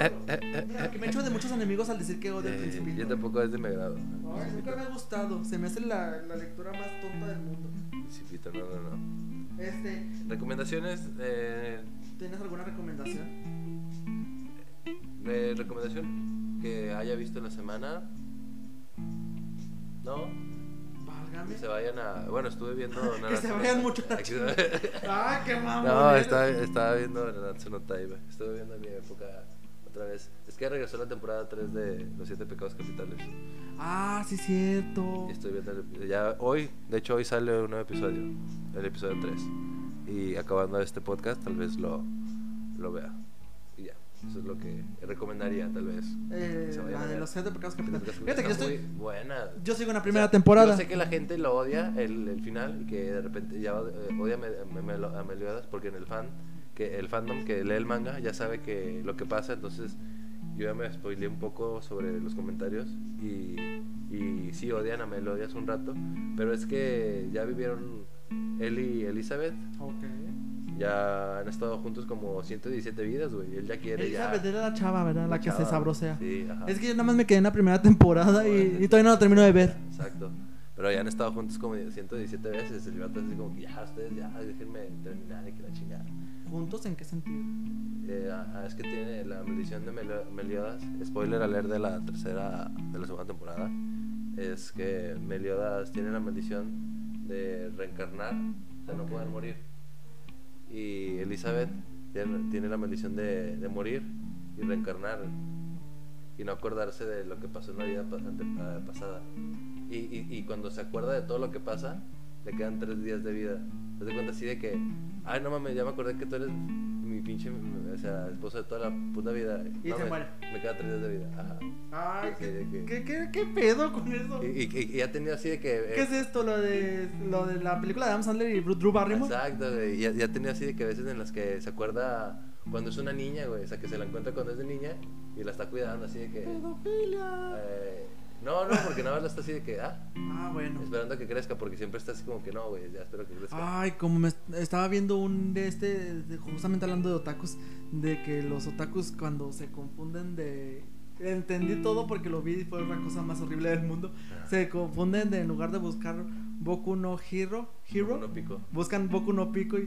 Speaker 2: Mira, que me echo de muchos enemigos al decir que odio el
Speaker 1: Eh,
Speaker 2: principito.
Speaker 1: yo tampoco es de mi agrado.
Speaker 2: Ay, nunca me ha gustado. Se me hace la, la lectura más tonta del mundo.
Speaker 1: Principito, no, no, no.
Speaker 2: Este,
Speaker 1: Recomendaciones, eh,
Speaker 2: ¿tienes alguna recomendación?
Speaker 1: eh, recomendación que haya visto en la semana. No,
Speaker 2: Válgame.
Speaker 1: que se vayan a. Bueno, estuve viendo.
Speaker 2: Que se vayan mucho a la
Speaker 1: chingada.
Speaker 2: Ah, qué mamón.
Speaker 1: No,
Speaker 2: eres.
Speaker 1: estaba, estaba viendo Nanatsu no Taiba. Estuve viendo mi época otra vez. Es que regresó la temporada 3 de Los Siete Pecados Capitales.
Speaker 2: Ah, sí, cierto.
Speaker 1: Y estoy viendo el- ya hoy, de hecho hoy sale un nuevo episodio, el episodio 3. Y acabando este podcast tal vez lo, lo vea. Y ya, eso es lo que recomendaría tal vez.
Speaker 2: Eh,
Speaker 1: Que se vayan
Speaker 2: la
Speaker 1: a
Speaker 2: de
Speaker 1: ver.
Speaker 2: los siete pecados capitales.
Speaker 1: Está
Speaker 2: Fíjate que yo
Speaker 1: muy
Speaker 2: estoy.
Speaker 1: buena.
Speaker 2: Yo sigo en la
Speaker 1: O
Speaker 2: primera
Speaker 1: sea,
Speaker 2: temporada.
Speaker 1: Yo sé que la gente lo odia, el, el final, y que de repente ya eh, odia a Me- a Me- a Meliodas porque en el fan, que el fandom que lee el manga ya sabe que lo que pasa, entonces yo ya me spoileé un poco sobre los comentarios y, y sí odian a Meliodas un rato, pero es que ya vivieron él y Elizabeth,
Speaker 2: Ok.
Speaker 1: ya han estado juntos como 117 vidas, güey, él ya quiere
Speaker 2: Elizabeth
Speaker 1: ya...
Speaker 2: era la chava, ¿verdad? La, que se
Speaker 1: chava.
Speaker 2: sabrosea.
Speaker 1: Sí, ajá.
Speaker 2: Es que yo nada más me quedé en la primera temporada y, y todavía no la termino de ver.
Speaker 1: Exacto. Pero ya han estado juntos como 117 veces. El vato es así como que ya, ustedes ya, déjenme terminar y que la chingada.
Speaker 2: ¿Juntos en qué sentido?
Speaker 1: Eh, ah, es que tiene la maldición de Melio- Meliodas. Spoiler alert de la tercera, de la segunda temporada. Es que Meliodas tiene la maldición de reencarnar, o sea, no poder morir. Y Elizabeth tiene, tiene la maldición de, de morir y reencarnar. Y no acordarse de lo que pasó en la vida pa- ante- pa- pasada. Y, y- y cuando se acuerda de todo lo que pasa, le quedan tres días de vida. Te das cuenta así de que, ay, no mames, ya me acordé que tú eres mi pinche o sea, esposo de toda la puta vida.
Speaker 2: Y
Speaker 1: No
Speaker 2: se
Speaker 1: mames,
Speaker 2: muere.
Speaker 1: Me quedan tres días de vida. Ajá.
Speaker 2: Ay,
Speaker 1: Sí,
Speaker 2: ¿qué,
Speaker 1: de que-
Speaker 2: qué- qué- qué pedo con eso?
Speaker 1: Y, y, y- y ha tenido así de que. eh,
Speaker 2: ¿Qué es esto? Lo de, lo de la película de Adam Sandler y Bru- Drew Barrymore.
Speaker 1: Exacto, güey. Y ha, y ha tenido así de que veces en las que se acuerda cuando es una niña, güey. O sea, que se la encuentra cuando es de niña y la está cuidando así de que.
Speaker 2: Pedofilia.
Speaker 1: eh, no, no, porque nada más la está así de que, ah,
Speaker 2: Ah, bueno.
Speaker 1: esperando a que crezca, porque siempre está así como que no, güey, ya espero que crezca.
Speaker 2: Ay, como me est- estaba viendo un de este, de- justamente hablando de otakus, de que los otakus cuando se confunden de... Entendí todo porque lo vi y fue la cosa más horrible del mundo.
Speaker 1: Ah.
Speaker 2: Se confunden de en lugar de buscar Boku no Hero, Hero
Speaker 1: No pico.
Speaker 2: buscan Boku no Pico y,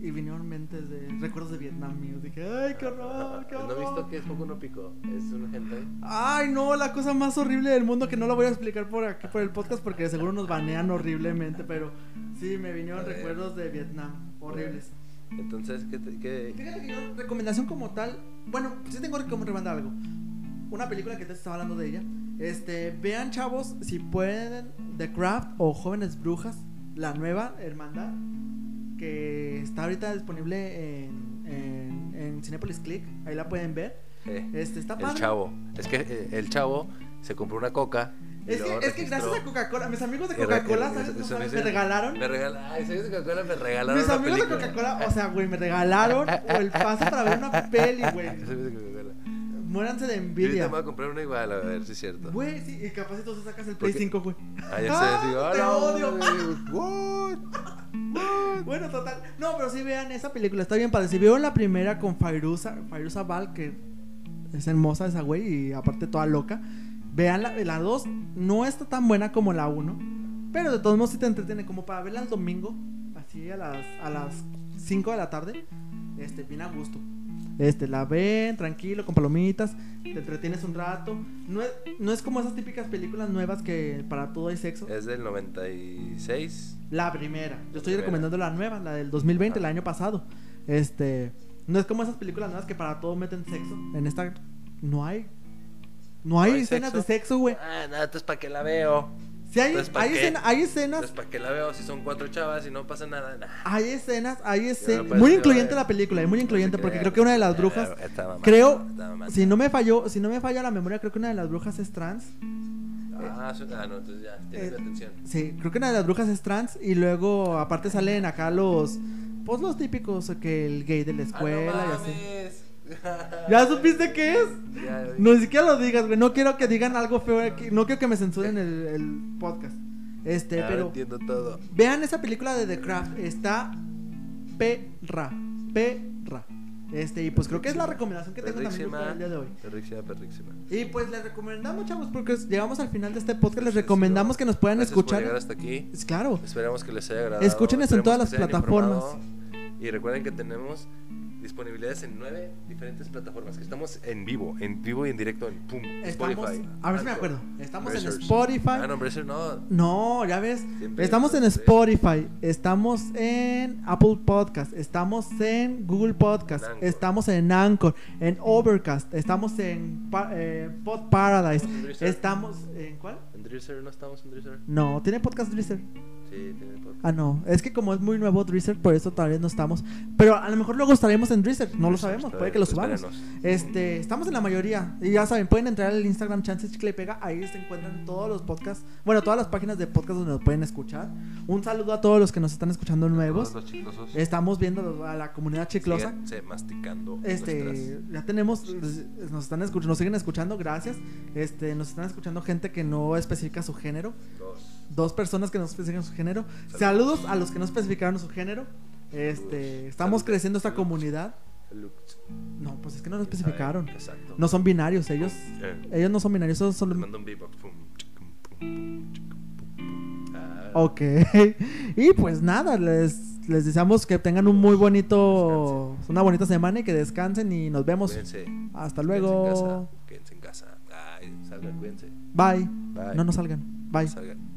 Speaker 2: y vinieron mentes de recuerdos de Vietnam. Y yo dije, ay, qué horror, qué
Speaker 1: ¿No he
Speaker 2: horror.
Speaker 1: visto que es poco no pico? Es un gente.
Speaker 2: Ay, no, la cosa más horrible del mundo que no la voy a explicar por aquí, por el podcast, porque de seguro nos banean horriblemente, pero sí, me vinieron
Speaker 1: A ver.
Speaker 2: recuerdos de Vietnam, horribles.
Speaker 1: Entonces, ¿qué? te- qué?
Speaker 2: Fíjate que yo, recomendación como tal, bueno, sí tengo que recomendar algo. Una película que te estaba hablando de ella. Este, vean chavos, si pueden, The Craft o Jóvenes Brujas, la nueva hermandad, que está ahorita disponible en, en, en Cinepolis Click, ahí la pueden ver.
Speaker 1: Eh,
Speaker 2: Este, está padre.
Speaker 1: el chavo. Es que eh, el chavo se compró una coca. y
Speaker 2: Es que,
Speaker 1: luego
Speaker 2: es que
Speaker 1: registró-
Speaker 2: gracias a Coca-Cola, mis amigos de
Speaker 1: y re-
Speaker 2: Coca-Cola,
Speaker 1: y-
Speaker 2: ¿sabes?
Speaker 1: y-
Speaker 2: No
Speaker 1: se me
Speaker 2: sabes,
Speaker 1: hizo-
Speaker 2: me regalaron.
Speaker 1: Me regalaron. Ay, ¿sabes de Coca-Cola? Me regalaron.
Speaker 2: Mis
Speaker 1: una
Speaker 2: amigos de
Speaker 1: película.
Speaker 2: Coca-Cola, o sea, güey, me regalaron el pase para ver una peli, güey.
Speaker 1: Mis amigos de Coca-Cola.
Speaker 2: Muéranse de
Speaker 1: Yo ahorita
Speaker 2: envidia.
Speaker 1: me voy a comprar una igual, a ver si es cierto.
Speaker 2: Güey, sí, y capaz entonces sacas el Play
Speaker 1: Porque-
Speaker 2: 5, güey.
Speaker 1: Ah, ya
Speaker 2: Ah,
Speaker 1: sé, digo, ah,
Speaker 2: te
Speaker 1: no,
Speaker 2: odio.
Speaker 1: güey, what?
Speaker 2: Bueno, total. No, pero sí vean esa película, está bien padre. Si vieron la primera con Fairuza, Fairuza Val, que es hermosa esa güey y aparte toda loca, vean la, la 2, no está tan buena como la 1, pero de todos modos sí te entretiene como para verla el domingo, así a las, a las 5 de la tarde, este, bien a gusto. Este, la ven tranquilo, con palomitas, te entretienes un rato. No es, no es como esas típicas películas nuevas que para todo hay sexo.
Speaker 1: Es del 96.
Speaker 2: La primera. Yo estoy
Speaker 1: primera.
Speaker 2: recomendando la nueva, la del 2020, el
Speaker 1: Ajá.
Speaker 2: año pasado. Este, no es como esas películas nuevas que para todo meten sexo. En esta no hay no hay,
Speaker 1: ¿No hay
Speaker 2: escenas
Speaker 1: sexo?
Speaker 2: de sexo, güey.
Speaker 1: Ah, nada, entonces para qué la veo.
Speaker 2: Si hay
Speaker 1: Entonces, ¿pa'
Speaker 2: hay,
Speaker 1: qué?
Speaker 2: escena- hay
Speaker 1: Entonces
Speaker 2: escenas,
Speaker 1: para qué la veo si son cuatro chavas y no pasa nada. Nah.
Speaker 2: hay escenas, hay escenas,
Speaker 1: parece
Speaker 2: muy
Speaker 1: que
Speaker 2: incluyente
Speaker 1: vaya-
Speaker 2: la película, eh, muy incluyente porque creo que una de las brujas
Speaker 1: Ah, está mamando,
Speaker 2: creo
Speaker 1: está mamando.
Speaker 2: si no me falló, si no me falla la memoria, creo que una de las brujas es trans.
Speaker 1: Ah, su- ah, no, entonces ya, tienes
Speaker 2: eh,
Speaker 1: la atención.
Speaker 2: Sí, creo que una de las brujas es trans y luego aparte salen acá los pues los típicos que el gay de la escuela
Speaker 1: ah,
Speaker 2: y
Speaker 1: no
Speaker 2: así.
Speaker 1: mames.
Speaker 2: ¿Ya supiste qué es?
Speaker 1: Ya, ya vi.
Speaker 2: No, ni siquiera lo digas, güey. No quiero que digan algo feo aquí. No quiero que me censuren el, el podcast. Este,
Speaker 1: Ahora
Speaker 2: pero.
Speaker 1: entiendo todo.
Speaker 2: Vean esa película de The Craft. Está perra. Perra. Este, y pues creo que es la recomendación que tengo también
Speaker 1: Perrísima,
Speaker 2: para el día de hoy.
Speaker 1: perrísima, perrísima.
Speaker 2: Y pues les recomendamos, chavos, porque llegamos al final de este podcast. Les
Speaker 1: Gracias,
Speaker 2: recomendamos que nos puedan
Speaker 1: Gracias por llegar
Speaker 2: escuchar.
Speaker 1: hasta aquí.
Speaker 2: Es Claro.
Speaker 1: Esperamos que les haya agradado.
Speaker 2: Escúchenos en
Speaker 1: Esperemos
Speaker 2: todas
Speaker 1: que
Speaker 2: las
Speaker 1: se hayan
Speaker 2: plataformas.
Speaker 1: informado. Y recuerden que tenemos disponibilidades en nueve diferentes plataformas. Que estamos en vivo, en vivo y en directo en pum,
Speaker 2: Estamos.
Speaker 1: Spotify.
Speaker 2: A ver si
Speaker 1: Anchor,
Speaker 2: me acuerdo. Estamos en
Speaker 1: Breezers.
Speaker 2: Spotify.
Speaker 1: Ah, no, Breezer no.
Speaker 2: No, ya ves.
Speaker 1: Siempre
Speaker 2: estamos en
Speaker 1: los tres.
Speaker 2: Spotify, estamos en Apple Podcast, estamos en Google Podcast,
Speaker 1: En Anchor.
Speaker 2: estamos en Anchor, en Overcast, estamos en Pa- eh, Pod Paradise,
Speaker 1: Estamos en Breezer.
Speaker 2: estamos en ¿cuál?
Speaker 1: En Breezer no estamos en Breezer.
Speaker 2: No, tiene podcast Drizzer.
Speaker 1: Sí, tiene podcast.
Speaker 2: Ah, no, es que como es muy nuevo Drizzer, por eso todavía no estamos. Pero a lo mejor luego estaremos en Drizzer, no lo
Speaker 1: Breezer,
Speaker 2: sabemos,
Speaker 1: está
Speaker 2: puede
Speaker 1: bien,
Speaker 2: que lo
Speaker 1: pues,
Speaker 2: subamos.
Speaker 1: espérenos.
Speaker 2: Este, estamos en la mayoría. Y ya saben, pueden entrar al Instagram Chances Chicle y Pega. Ahí se encuentran todos los podcasts. Bueno, todas las páginas de podcast donde nos pueden escuchar. Un saludo a todos los que nos están escuchando nuevos.
Speaker 1: Todos los chiclosos.
Speaker 2: Estamos viendo a la comunidad chiclosa.
Speaker 1: Síganse masticando.
Speaker 2: Este,
Speaker 1: nuestras-
Speaker 2: ya tenemos, pues, nos están escuchando, nos siguen escuchando, gracias. Este, nos están escuchando gente que no especifica su género.
Speaker 1: los-
Speaker 2: Dos personas que no especifican su género. Saludos, a los que no especificaron su género. Este,
Speaker 1: Saludos.
Speaker 2: estamos
Speaker 1: Saludos.
Speaker 2: creciendo esta
Speaker 1: Saludos.
Speaker 2: comunidad.
Speaker 1: looks.
Speaker 2: No, pues es que no lo especificaron.
Speaker 1: Exacto.
Speaker 2: No son binarios, ellos
Speaker 1: Eh.
Speaker 2: ellos no son binarios, son
Speaker 1: Les
Speaker 2: solo...
Speaker 1: mando un beatbox. Pum, chicum, pum, chicum, pum, pum, pum. Ah,
Speaker 2: Ok. Y pues nada, les les deseamos que tengan un muy bonito, una bonita semana y que descansen y nos vemos.
Speaker 1: Cuídense. Quédense
Speaker 2: Hasta
Speaker 1: en
Speaker 2: luego.
Speaker 1: casa. Quédense en casa. Ay, salgan, cuídense.
Speaker 2: Bye.
Speaker 1: Bye.
Speaker 2: No, no salgan. Bye.
Speaker 1: Salgan.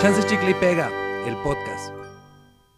Speaker 1: Chances Chicle y Pega, el podcast.